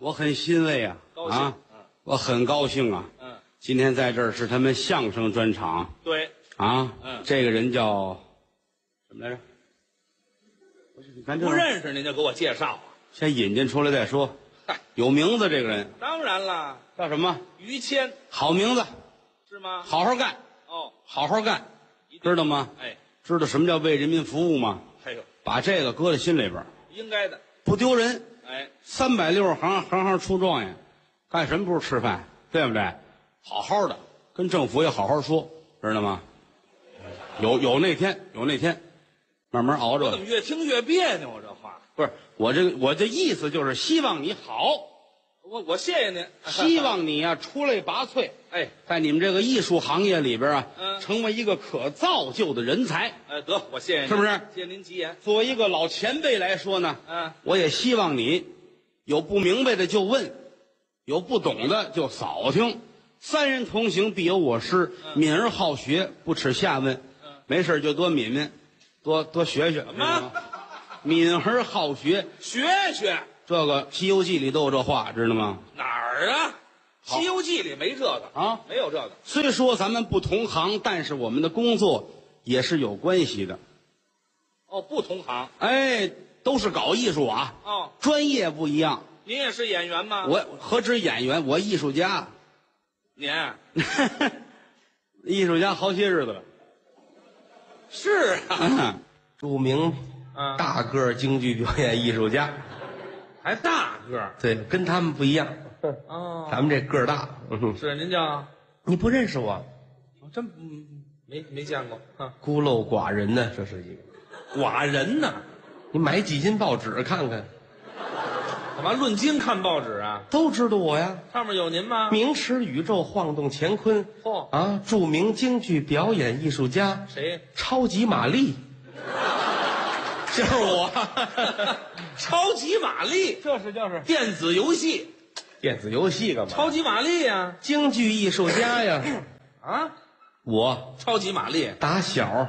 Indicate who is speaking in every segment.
Speaker 1: 我很欣慰啊，
Speaker 2: 高兴
Speaker 1: 啊
Speaker 2: 嗯，
Speaker 1: 我很高兴啊。
Speaker 2: 嗯，
Speaker 1: 今天在这儿是他们相声专场
Speaker 2: 对，
Speaker 1: 啊。
Speaker 2: 嗯
Speaker 1: 这个人叫什么来着？不是，你看这
Speaker 2: 不认识您就给我介绍啊。
Speaker 1: 先引荐出来再说
Speaker 2: 嗨。
Speaker 1: 有名字这个人
Speaker 2: 当然啦，
Speaker 1: 叫什么？
Speaker 2: 于谦
Speaker 1: 好名字，
Speaker 2: 是吗？
Speaker 1: 好好干，
Speaker 2: 哦，
Speaker 1: 好好干，
Speaker 2: 一定
Speaker 1: 知道吗？
Speaker 2: 哎，
Speaker 1: 知道什么叫为人民服务吗？
Speaker 2: 还有
Speaker 1: 把这个搁在心里边儿，
Speaker 2: 应该的，
Speaker 1: 不丢人。
Speaker 2: 哎，
Speaker 1: 三百六十行，行行出状元，干什么不是吃饭，对不对？好好的跟政府也好好说，知道吗？有有那天，有那天，慢慢熬
Speaker 2: 我
Speaker 1: 着。
Speaker 2: 怎么越听越别扭？这话，
Speaker 1: 不是我这个我这意思就是希望你 好，
Speaker 2: 我我谢谢您，
Speaker 1: 希望你啊出类拔萃，
Speaker 2: 哎
Speaker 1: 在你们这个艺术行业里边啊，
Speaker 2: 嗯
Speaker 1: 成为一个可造就的人才。
Speaker 2: 哎，得我谢谢您，
Speaker 1: 是不是
Speaker 2: 谢谢您吉言，
Speaker 1: 作为一个老前辈来说呢，
Speaker 2: 嗯，
Speaker 1: 我也希望你有不明白的就问，有不懂的就扫听。三人同行必有我师，敏而好学，不耻下问。
Speaker 2: 嗯
Speaker 1: 没事儿就多敏敏，多多学学。什
Speaker 2: 么？
Speaker 1: 敏而好学，
Speaker 2: 啊学学
Speaker 1: 这个《西游记》里都有这话，知道吗？
Speaker 2: 哪儿啊？《
Speaker 1: 好
Speaker 2: 西游记》里没这个
Speaker 1: 啊，
Speaker 2: 没有这个，
Speaker 1: 虽说咱们不同行，但是我们的工作也是有关系的。
Speaker 2: 哦，不同行
Speaker 1: 哎，都是搞艺术啊，
Speaker 2: 哦，
Speaker 1: 专业不一样。
Speaker 2: 您也是演员吗？
Speaker 1: 我何止演员，我艺术家。
Speaker 2: 您
Speaker 1: 艺术家好些日子了。
Speaker 2: 是啊，
Speaker 3: 著名
Speaker 2: 嗯
Speaker 3: 大个儿京剧表演艺术家，
Speaker 2: 还大个儿
Speaker 3: 对，跟他们不一样，
Speaker 2: 哦
Speaker 3: 咱们这个儿大。 嗯哼
Speaker 2: 是您叫
Speaker 3: 你不认识我，
Speaker 2: 我真嗯没没见过啊，
Speaker 3: 孤陋寡人呢，这是一个。
Speaker 2: 寡人呢？
Speaker 3: 你买几斤报纸看看，
Speaker 2: 干嘛论斤看报纸啊？
Speaker 3: 都知道我呀。
Speaker 2: 上面有您吗？
Speaker 3: 名驰宇宙，晃动乾坤。
Speaker 2: 嚯
Speaker 3: 啊，著名京剧表演艺术家，
Speaker 2: 谁？
Speaker 3: 超级玛丽， 就是我。
Speaker 2: 超级玛丽，
Speaker 3: 这是就是
Speaker 2: 电子游戏，
Speaker 3: 电子游戏干嘛？
Speaker 2: 超级玛丽呀、
Speaker 3: 京剧艺术家呀，
Speaker 2: 啊！
Speaker 3: 我
Speaker 2: 超级玛丽
Speaker 3: 打小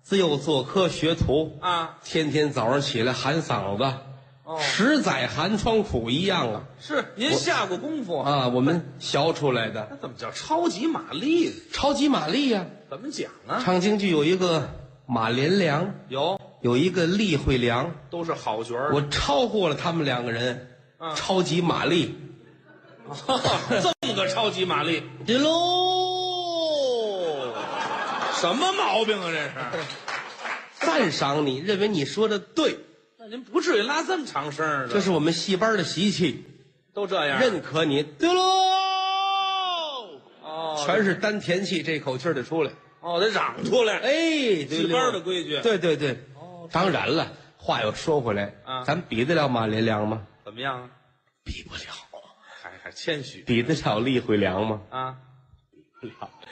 Speaker 3: 自幼做科学徒，
Speaker 2: 啊，
Speaker 3: 天天早上起来喊嗓子，
Speaker 2: 哦
Speaker 3: 十载寒窗苦一样啊
Speaker 2: 是您下过功夫？
Speaker 3: 啊！我们学出来
Speaker 2: 那
Speaker 3: 的
Speaker 2: 怎么叫超级玛丽呢？
Speaker 3: 超级玛丽呀、
Speaker 2: 怎么讲啊？
Speaker 3: 唱京剧有一个马连良，
Speaker 2: 有，
Speaker 3: 有一个厉慧良，
Speaker 2: 都是好角儿。
Speaker 3: 我超过了他们两个人，
Speaker 2: 嗯
Speaker 3: 超级玛丽，
Speaker 2: 这么个超级玛丽，哦
Speaker 3: 对喽！
Speaker 2: 什么毛病啊？这是？
Speaker 3: 赞赏你，认为你说的对，
Speaker 2: 那您不至于拉这么长声儿
Speaker 3: 这
Speaker 2: 的，
Speaker 3: 是我们戏班的习气，
Speaker 2: 都这样。
Speaker 3: 认可你，对喽！
Speaker 2: 哦，
Speaker 3: 全是丹田气，这口气儿得出来。
Speaker 2: 哦，得嚷出来。
Speaker 3: 哎，
Speaker 2: 戏班儿的规矩
Speaker 3: 对对对。
Speaker 2: 哦，
Speaker 3: 当然了，话又说回来，
Speaker 2: 啊
Speaker 3: 咱比得了马连良吗？
Speaker 2: 怎么样？
Speaker 3: 比不了。
Speaker 2: 还还谦虚
Speaker 3: 比得了厉慧良吗？
Speaker 2: 啊，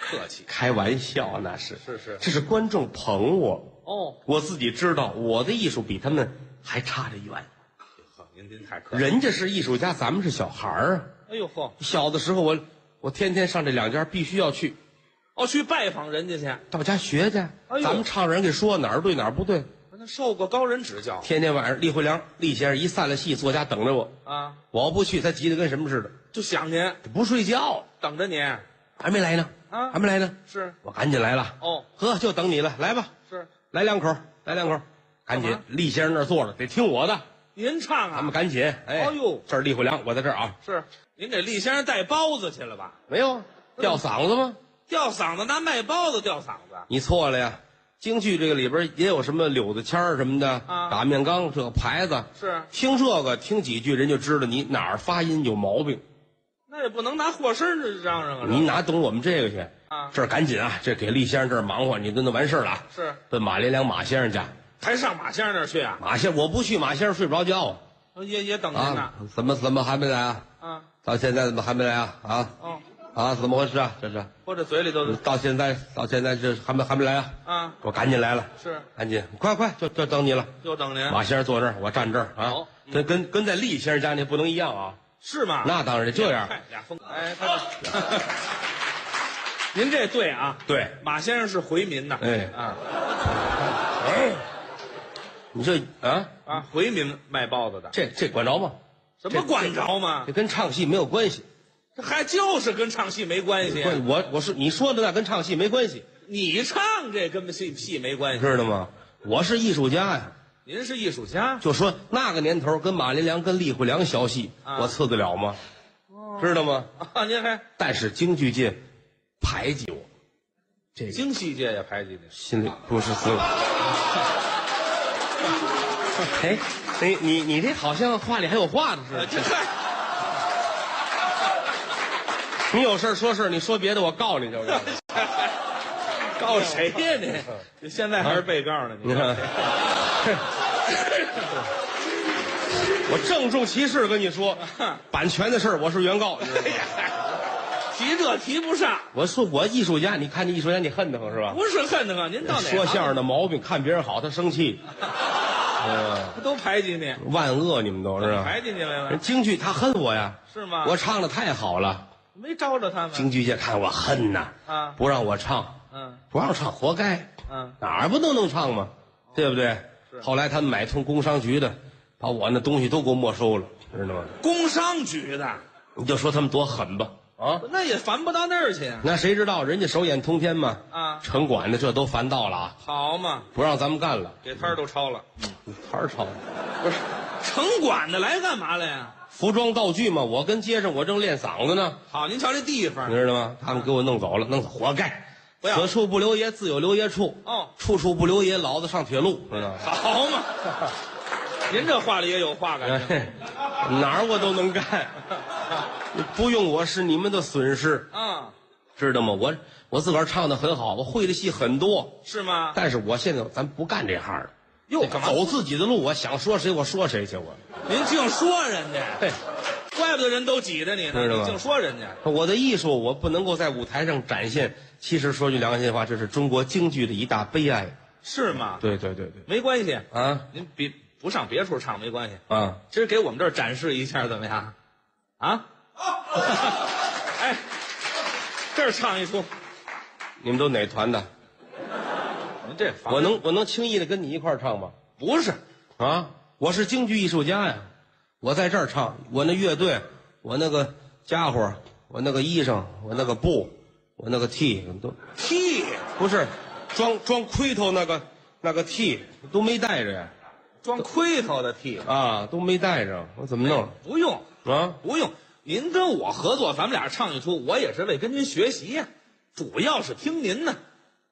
Speaker 2: 客气。
Speaker 3: 开玩笑那是，
Speaker 2: 是是
Speaker 3: 这是观众捧我，
Speaker 2: 哦，
Speaker 3: 我自己知道我的艺术比他们还差得远。
Speaker 2: 呵，您您太客气。
Speaker 3: 人家是艺术家，咱们是小孩儿啊。
Speaker 2: 哎呦呵，
Speaker 3: 小的时候我我天天上这两家必须要去，
Speaker 2: 哦，去拜访人家去，
Speaker 3: 到家学去。
Speaker 2: 哎呦
Speaker 3: 咱们唱人给说哪儿对哪儿不对。
Speaker 2: 那受过高人指教
Speaker 3: 天天晚上，厉慧良厉先生一散了戏，坐家等着我。
Speaker 2: 啊，
Speaker 3: 我要不去，他急得跟什么似的，
Speaker 2: 就想您，
Speaker 3: 不睡觉，
Speaker 2: 等着您。
Speaker 3: 还没来呢，
Speaker 2: 啊
Speaker 3: 还没来呢，
Speaker 2: 是
Speaker 3: 我赶紧来了。
Speaker 2: 哦，
Speaker 3: 呵，就等你了，来吧，
Speaker 2: 是，
Speaker 3: 来两口，来两口，赶紧
Speaker 2: 干嘛。
Speaker 3: 厉先生那儿坐着，得听我的，
Speaker 2: 您唱啊？
Speaker 3: 咱们赶紧。哎，
Speaker 2: 哎呦
Speaker 3: 这儿厉慧良，我在这儿啊，
Speaker 2: 是，您给厉先生带包子去了吧？
Speaker 3: 没有啊掉嗓子吗？
Speaker 2: 吊嗓子拿卖包子吊嗓子，
Speaker 3: 你错了呀。京剧这个里边也有什么柳子签儿什么的，
Speaker 2: 啊
Speaker 3: 打面缸这个牌子，
Speaker 2: 是，
Speaker 3: 听这个听几句人就知道你哪儿发音有毛病。
Speaker 2: 那也不能拿货身儿嚷嚷啊。
Speaker 3: 你哪懂我们这个去？
Speaker 2: 啊
Speaker 3: 这儿赶紧啊，这给厉先生这儿忙活，你都那完事儿了啊。
Speaker 2: 是
Speaker 3: 奔马连良马先生家，
Speaker 2: 还上马先生那儿去啊？
Speaker 3: 马先我不去，马先生睡不着觉
Speaker 2: 也也等
Speaker 3: 啊。
Speaker 2: 您呢
Speaker 3: 啊，怎么怎么还没来啊？
Speaker 2: 啊，
Speaker 3: 到现在怎么还没来啊？啊
Speaker 2: 哦，
Speaker 3: 啊，怎么回事啊？这是
Speaker 2: 我这嘴里都是
Speaker 3: 到现在到现在这还没还没来啊？
Speaker 2: 啊，
Speaker 3: 我赶紧来了，
Speaker 2: 是
Speaker 3: 赶紧快快就就等你了。
Speaker 2: 就等您，
Speaker 3: 马先生坐这儿，我站这儿啊
Speaker 2: 好，
Speaker 3: 跟跟跟在厉先生家那不能一样啊。
Speaker 2: 是吗？
Speaker 3: 那当然这样，
Speaker 2: 嗨俩疯子，哎，他 您这对啊，
Speaker 3: 对
Speaker 2: 马先生是回民呐，
Speaker 3: 哎
Speaker 2: 啊
Speaker 3: 你这啊，
Speaker 2: 啊，回民卖包子的，
Speaker 3: 这这管着吗？
Speaker 2: 怎么管着吗？
Speaker 3: 这跟唱戏没有关系。
Speaker 2: 这还就是跟唱戏没关系啊
Speaker 3: 不，。我我是你说的那跟唱戏没关系，
Speaker 2: 你唱这跟戏戏没关系。
Speaker 3: 知道吗？我是艺术家呀，
Speaker 2: 您是艺术家，
Speaker 3: 就说那个年头跟马连良、跟李慧良学戏，
Speaker 2: 啊
Speaker 3: 我次得了吗？知道吗？
Speaker 2: 啊，您还
Speaker 3: 但是京剧界排挤我，这个
Speaker 2: 京戏界也排挤您。
Speaker 3: 心里不是滋味。 哎，你你你这好像话里还有话的似的。
Speaker 2: 呃这 嗨
Speaker 3: 你有事儿说事儿，你说别的我告你 就是。
Speaker 2: 告谁呀你？你现在还是被告呢？
Speaker 3: 你
Speaker 2: 你
Speaker 3: 看，我郑重其事跟你 说，版权的事儿我是原告。你知道吗
Speaker 2: 提这提不上，
Speaker 3: 我说我艺术家，你看这艺术家你恨得慌是吧？
Speaker 2: 不是恨的慌。您到哪行
Speaker 3: 说相声的毛病，看别人好他生气，
Speaker 2: 啊
Speaker 3: 嗯，
Speaker 2: 都排挤你，
Speaker 3: 万恶你们都是吧？
Speaker 2: 排挤你来
Speaker 3: 人
Speaker 2: 了
Speaker 3: 京剧他恨我呀，
Speaker 2: 是吗？
Speaker 3: 我唱的太好了，
Speaker 2: 没招着他们
Speaker 3: 京剧界看我恨呐，
Speaker 2: 啊，
Speaker 3: 不让我唱，
Speaker 2: 嗯
Speaker 3: 不让我唱活该，
Speaker 2: 嗯，
Speaker 3: 哪儿不都能唱吗？对不对？后来他们买通工商局的，把我那东西都给我没收了，知道吗？
Speaker 2: 工商局的
Speaker 3: 你就说他们多狠吧，啊，
Speaker 2: 那也烦不到那儿去啊
Speaker 3: 那谁知道人家手眼通天嘛？
Speaker 2: 啊
Speaker 3: 城管的这都烦到了啊，
Speaker 2: 好嘛，
Speaker 3: 不让咱们干了，
Speaker 2: 这摊儿都抄了，
Speaker 3: 摊儿吵。
Speaker 2: 城管的来干嘛来呀？
Speaker 3: 服装道具嘛，我跟街上我正练嗓子呢，
Speaker 2: 好，您瞧这地
Speaker 3: 你
Speaker 2: 方，
Speaker 3: 知道吗？他们给我弄走了，弄走活该。
Speaker 2: 不要
Speaker 3: 此处不留爷，自有留爷处。
Speaker 2: 哦
Speaker 3: 处处不留爷，老子上铁路，知 道吗？
Speaker 2: 好嘛，您这话里也有话感情
Speaker 3: 哎 哪儿我都能干，不用我是你们的损失，
Speaker 2: 啊，
Speaker 3: 知道吗？我我自个儿唱的很好，我会的戏很多，
Speaker 2: 是吗？
Speaker 3: 但是我现在咱不干这行了，
Speaker 2: 又干嘛
Speaker 3: 走自己的路，我想说谁我说谁去，我哎
Speaker 2: 您净说人家，
Speaker 3: 嘿，
Speaker 2: 怪不得人都挤着你呢，
Speaker 3: 知道吗
Speaker 2: 你净说人家，
Speaker 3: 我的艺术我不能够在舞台上展现。其实说句良心话，这是中国京剧的一大悲哀。
Speaker 2: 是吗？
Speaker 3: 对对对对，
Speaker 2: 没关系，
Speaker 3: 啊
Speaker 2: 您别不上别处唱没关系，
Speaker 3: 啊，
Speaker 2: 今儿给我们这儿展示一下怎么样？啊？ 哎，这儿唱一出，
Speaker 3: 你们都哪团的？
Speaker 2: 您这房
Speaker 3: 我能我能轻易的跟你一块儿唱吗？
Speaker 2: 不是
Speaker 3: 啊，我是京剧艺术家呀，我在这儿唱，我那乐队，我那个家伙，我那个衣裳，我那个布，我那个 T 都
Speaker 2: 替
Speaker 3: 不是装装盔头那个那个 T 都没带着呀，
Speaker 2: 装盔头的替，
Speaker 3: 啊，都没带着，我怎么弄
Speaker 2: 不用
Speaker 3: 啊？
Speaker 2: 不用，您跟我合作，咱们俩唱一出，我也是为跟您学习呀，主要是听您呢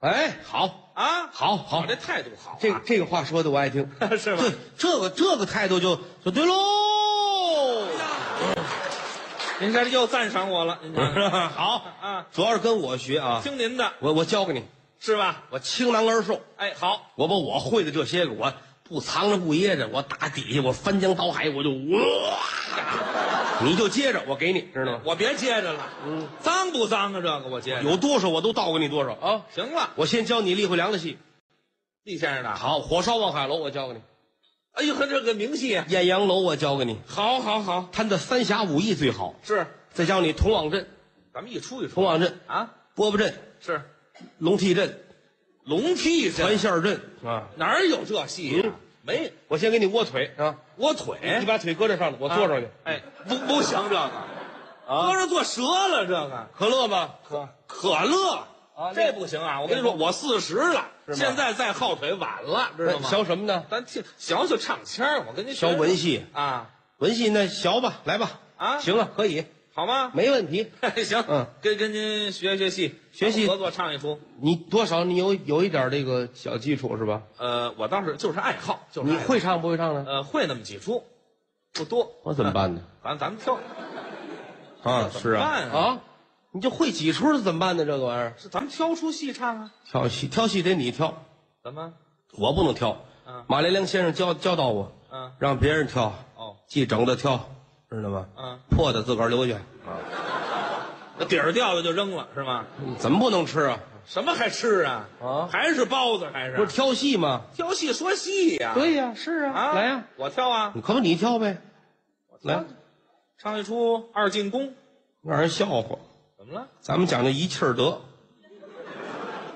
Speaker 3: 哎，好，
Speaker 2: 啊。
Speaker 3: 好，好
Speaker 2: 我这，态度好啊，
Speaker 3: 这个这个话说的我爱听，
Speaker 2: 是吧
Speaker 3: 对，这个这个态度就就对喽。
Speaker 2: 您这又赞赏我了，您看
Speaker 3: 好
Speaker 2: 啊，
Speaker 3: 主要是跟我学啊，
Speaker 2: 听您的
Speaker 3: 我我教给你，
Speaker 2: 是吧？
Speaker 3: 我倾囊而授。
Speaker 2: 哎，好，
Speaker 3: 我把我会的这些个，我不藏着不掖着，我打底下我翻江倒海，我就哇，你就接着我给你，知道吗？
Speaker 2: 哎我别接着了，嗯，脏不脏啊？这个我接着
Speaker 3: 有多少我都倒给你多少啊！
Speaker 2: 行了，
Speaker 3: 我先教你李慧良的戏，
Speaker 2: 厉先生的，
Speaker 3: 好，《火烧望海楼》我教给你，
Speaker 2: 哎呦，呵，这个明细啊，
Speaker 3: 《艳阳楼》我教给你，
Speaker 2: 好好好，
Speaker 3: 他的三峡武艺最好，
Speaker 2: 是，
Speaker 3: 再教你同网阵、
Speaker 2: 咱们一出一
Speaker 3: 同
Speaker 2: 出
Speaker 3: 网阵、
Speaker 2: 啊，
Speaker 3: 饽饽阵、
Speaker 2: 是
Speaker 3: 龙替阵、
Speaker 2: 龙梯
Speaker 3: 团
Speaker 2: 去，
Speaker 3: 线阵啊！
Speaker 2: 哪儿有这戏
Speaker 3: 嗯
Speaker 2: 啊？没，
Speaker 3: 我先给你窝腿啊，
Speaker 2: 我腿
Speaker 3: 你把腿搁这上头，我坐上去。啊
Speaker 2: 哎，不不行，这个，搁着坐折了，这个
Speaker 3: 可乐吗？可
Speaker 2: 可乐
Speaker 3: 啊
Speaker 2: 这不行啊！我跟你说，我四十了，
Speaker 3: 吗
Speaker 2: 现在再后腿晚了，知道吗？
Speaker 3: 学什么呢？
Speaker 2: 咱听小小唱腔儿，我跟您
Speaker 3: 学
Speaker 2: 说
Speaker 3: 文戏。
Speaker 2: 啊，
Speaker 3: 文戏那学吧，来吧，
Speaker 2: 啊
Speaker 3: 行啊，可以，
Speaker 2: 好吗？
Speaker 3: 没问题。
Speaker 2: 行，
Speaker 3: 嗯，
Speaker 2: 跟跟您学学戏，
Speaker 3: 学戏
Speaker 2: 合作唱一出。
Speaker 3: 你多少你有有一点这个小基础是吧？
Speaker 2: 呃，我倒是就是爱好，就是
Speaker 3: 你
Speaker 2: 爱好
Speaker 3: 会唱不会唱呢？
Speaker 2: 呃会那么几出，不多。
Speaker 3: 我怎么办呢？
Speaker 2: 反正咱们挑，
Speaker 3: 啊，
Speaker 2: 怎么
Speaker 3: 是啊，
Speaker 2: 办啊
Speaker 3: 啊，你就会几出了怎么办呢？这个玩意儿，
Speaker 2: 是咱们挑出戏唱啊。
Speaker 3: 挑戏挑戏得你挑，
Speaker 2: 怎么？
Speaker 3: 我不能挑。
Speaker 2: 嗯
Speaker 3: 马连良先生教教导我，
Speaker 2: 嗯，
Speaker 3: 让别人挑，
Speaker 2: 哦，
Speaker 3: 既整的挑，知道吗？
Speaker 2: 嗯，
Speaker 3: 破的自个儿留下，
Speaker 2: 那底儿掉了就扔了是吗？
Speaker 3: 怎么不能吃啊？
Speaker 2: 什么还吃啊？
Speaker 3: 啊
Speaker 2: 还是包子还是？
Speaker 3: 不是挑戏吗？
Speaker 2: 挑戏说戏呀、
Speaker 3: 呀，是
Speaker 2: 啊，
Speaker 3: 来呀，，
Speaker 2: 我挑啊，
Speaker 3: 你可不你挑呗，来，
Speaker 2: 唱一出二进宫。
Speaker 3: 让人笑话。
Speaker 2: 怎么了？
Speaker 3: 咱们讲究一气儿得，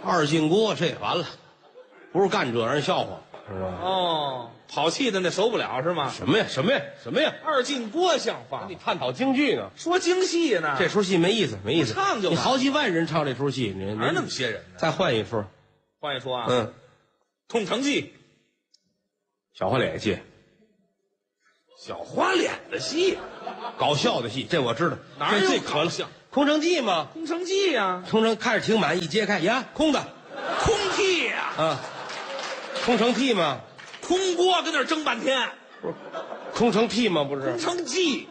Speaker 3: 二进锅这完了，不是干这让人笑话，是吧？
Speaker 2: 哦，跑气的那受不了是吗？
Speaker 3: 什么呀？什么呀？什么呀？
Speaker 2: 二进郭像话
Speaker 3: 你
Speaker 2: 吗，
Speaker 3: 探讨京剧呢？
Speaker 2: 说京戏呢？
Speaker 3: 这出戏没意思，没意思。
Speaker 2: 我唱就完
Speaker 3: 你好几万人唱这出戏，你
Speaker 2: 哪儿那么些人呢？
Speaker 3: 再换一出，
Speaker 2: 换一出啊，
Speaker 3: 嗯，
Speaker 2: 空城计》
Speaker 3: 小花脸戏，
Speaker 2: 小花脸的戏，
Speaker 3: 搞笑的戏，这我知道。
Speaker 2: 哪
Speaker 3: 这
Speaker 2: 有
Speaker 3: 最可
Speaker 2: 搞
Speaker 3: 乐
Speaker 2: 笑？
Speaker 3: 空城计嘛，
Speaker 2: 空城计》呀，
Speaker 3: 空城看着挺满，一揭开呀，空的
Speaker 2: 空屁呀，
Speaker 3: 啊，空城屁嘛，
Speaker 2: 空锅跟那儿争半天，
Speaker 3: 空城屁嘛，不是
Speaker 2: 空城计》，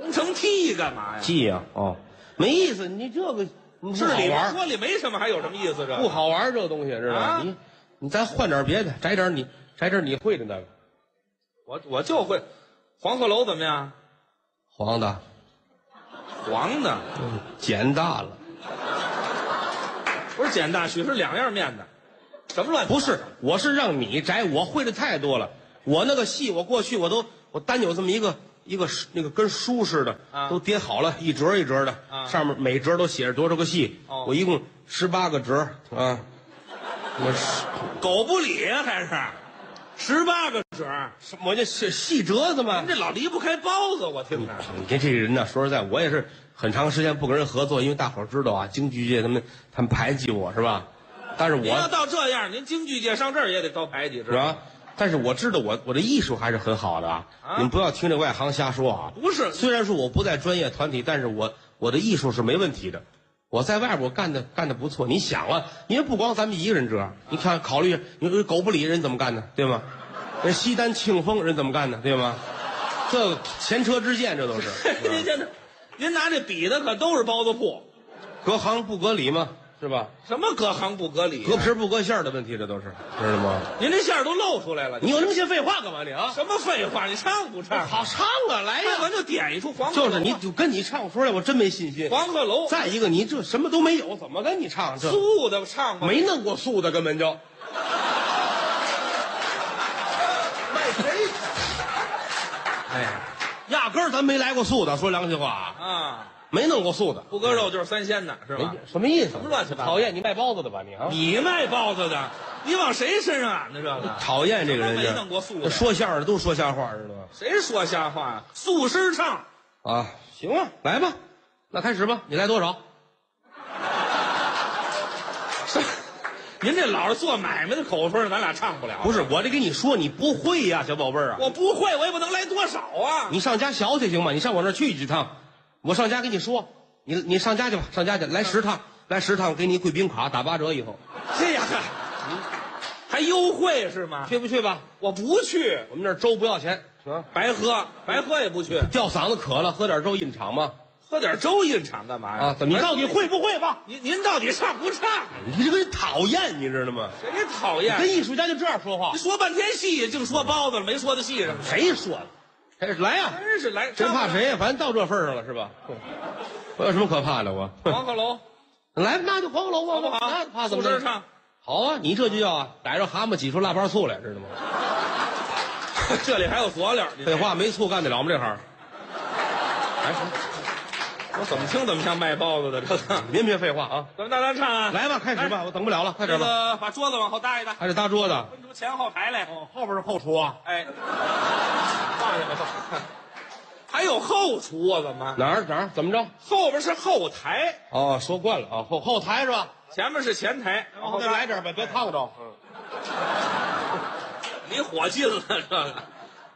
Speaker 2: 空城屁干嘛呀？
Speaker 3: 计呀、哦，没意思。你这个不
Speaker 2: 是
Speaker 3: 好玩
Speaker 2: 里边
Speaker 3: 儿，
Speaker 2: 说里没什么，还有什么意思？这
Speaker 3: 不好玩儿这东西知道
Speaker 2: 啊
Speaker 3: 吗？你你咱换点别的，摘点你摘点你会的那个
Speaker 2: 我我就会，黄鹤楼怎么样？
Speaker 3: 黄的，嗯
Speaker 2: 黄的
Speaker 3: 捡大了。
Speaker 2: 不是简大许是两样面的，什么乱？
Speaker 3: 不是，我是让你摘，我会的太多了。我那个戏，我过去我都我单有这么一个一个那个跟书似的，
Speaker 2: 啊
Speaker 3: 都叠好了，一折一折的，
Speaker 2: 啊
Speaker 3: 上面每折都写着多少个戏。
Speaker 2: 哦
Speaker 3: 我一共十八个折啊，我是
Speaker 2: 狗不理呀还是十八个褶儿，
Speaker 3: 什么我就是戏折子嘛
Speaker 2: 您。这老离不开包子，我听着。
Speaker 3: 你看这个人呢，说实在，我也是很长时间不跟人合作，因为大伙儿知道啊，京剧界他们他们排挤我是吧？但是
Speaker 2: 您要
Speaker 3: 我
Speaker 2: 到这样，您京剧界上这儿也得高排几
Speaker 3: 是
Speaker 2: 知道吗？
Speaker 3: 吧？但是我知道我我的艺术还是很好的啊，
Speaker 2: 啊
Speaker 3: 你们不要听这外行瞎说啊。
Speaker 2: 不是，
Speaker 3: 虽然说我不在专业团体，但是我我的艺术是没问题的。我在外边我干的干的不错，你想啊，因为不光咱们一个人这样，你看考虑，你说狗不理人怎么干的，对吗？人西单庆丰人怎么干的，对吗？这个前车之鉴，这都是
Speaker 2: 您这您拿这比的可都是包子铺，
Speaker 3: 隔行不隔里嘛，是吧？
Speaker 2: 什么隔行不隔里、
Speaker 3: 隔皮不隔馅儿的问题，这都是知道吗？
Speaker 2: 您这馅儿都露出来了，
Speaker 3: 你有那么些废话干嘛你啊？
Speaker 2: 什么废话？你唱不唱？
Speaker 3: 好唱啊，来
Speaker 2: 哎呀，
Speaker 3: 呀！
Speaker 2: 咱就点一出黄鹤楼
Speaker 3: 就
Speaker 2: 啊
Speaker 3: 是你就跟你唱不出来，我真没信心。
Speaker 2: 黄鹤楼
Speaker 3: 再一个，你这什么都没有，怎么跟你唱这？
Speaker 2: 素的唱吧，
Speaker 3: 没弄过素的，根本就。哎呀，压根儿咱没来过素的。说良心话啊，
Speaker 2: 啊，
Speaker 3: 没弄过素的，
Speaker 2: 不割肉就是三鲜的，是
Speaker 3: 没
Speaker 2: 吧？
Speaker 3: 什么意思？什
Speaker 2: 么乱七八糟
Speaker 3: 讨厌你卖包子的吧你啊？
Speaker 2: 你卖包子的，你往谁身上揽的这个？
Speaker 3: 讨厌这个人
Speaker 2: 都
Speaker 3: 家，
Speaker 2: 没弄过素的
Speaker 3: 说相声的都说瞎话知道吗？
Speaker 2: 谁说瞎话呀？素师唱，
Speaker 3: 啊，行啊，来吧，那开始吧，你来多少？
Speaker 2: 您这老是做买卖的口风，咱俩唱不了。
Speaker 3: 不是，我得跟你说，你不会呀、小宝贝儿啊。
Speaker 2: 我不会，我也不能来多少啊！
Speaker 3: 你上家学去行吗？你上我那儿去一趟，我上家跟你说，你你上家去吧，上家去，来十趟，来十趟，给你一贵宾卡打八折以后，
Speaker 2: 这样啊，还优惠是吗？
Speaker 3: 去不去吧？
Speaker 2: 我不去，
Speaker 3: 我们那儿粥不要钱啊，
Speaker 2: 白喝，白喝也不去，
Speaker 3: 吊嗓子渴了，喝点粥印场嘛
Speaker 2: 喝点粥印场干嘛呀？
Speaker 3: 啊？怎么？你到底会不会吧？
Speaker 2: 您您到底唱不唱？
Speaker 3: 你这个人讨厌，你知道吗？
Speaker 2: 谁讨
Speaker 3: 你
Speaker 2: 厌？
Speaker 3: 跟艺术家就这样说话
Speaker 2: 你，说半天戏，净说包子了，没说到戏上。
Speaker 3: 谁说的？谁来呀、
Speaker 2: 真是来，
Speaker 3: 谁怕？谁呀？反正到这份儿上了是吧？ 我有什么可怕的？我
Speaker 2: 黄鹤楼
Speaker 3: 来吧，那就黄鹤楼吧，
Speaker 2: 好不好
Speaker 3: 那？怕怎么
Speaker 2: 素
Speaker 3: 着
Speaker 2: 师唱，
Speaker 3: 好啊，你这就叫啊，逮着蛤蟆挤出腊八醋来，知道吗？
Speaker 2: 这里还有佐料。你
Speaker 3: 废，话，没醋干得了吗？这行？
Speaker 2: 我怎么听怎么像卖包子的这个。
Speaker 3: 您别废话啊，
Speaker 2: 咱们大家唱啊，
Speaker 3: 来吧，开始吧，我等不了了，快
Speaker 2: 这
Speaker 3: 点吧，
Speaker 2: 个把桌子往后搭一搭，
Speaker 3: 还得搭桌子，
Speaker 2: 分出前后排来。哦，
Speaker 3: 后边是后厨啊，
Speaker 2: 哎，放下吧，放下。还有后厨啊？怎么？
Speaker 3: 哪儿哪儿怎么着？
Speaker 2: 后边是后台，
Speaker 3: 哦，说惯了啊，后后台是吧？
Speaker 2: 前面是前台，然后
Speaker 3: 再来点呗，别烫着。
Speaker 2: 离火近了，这个。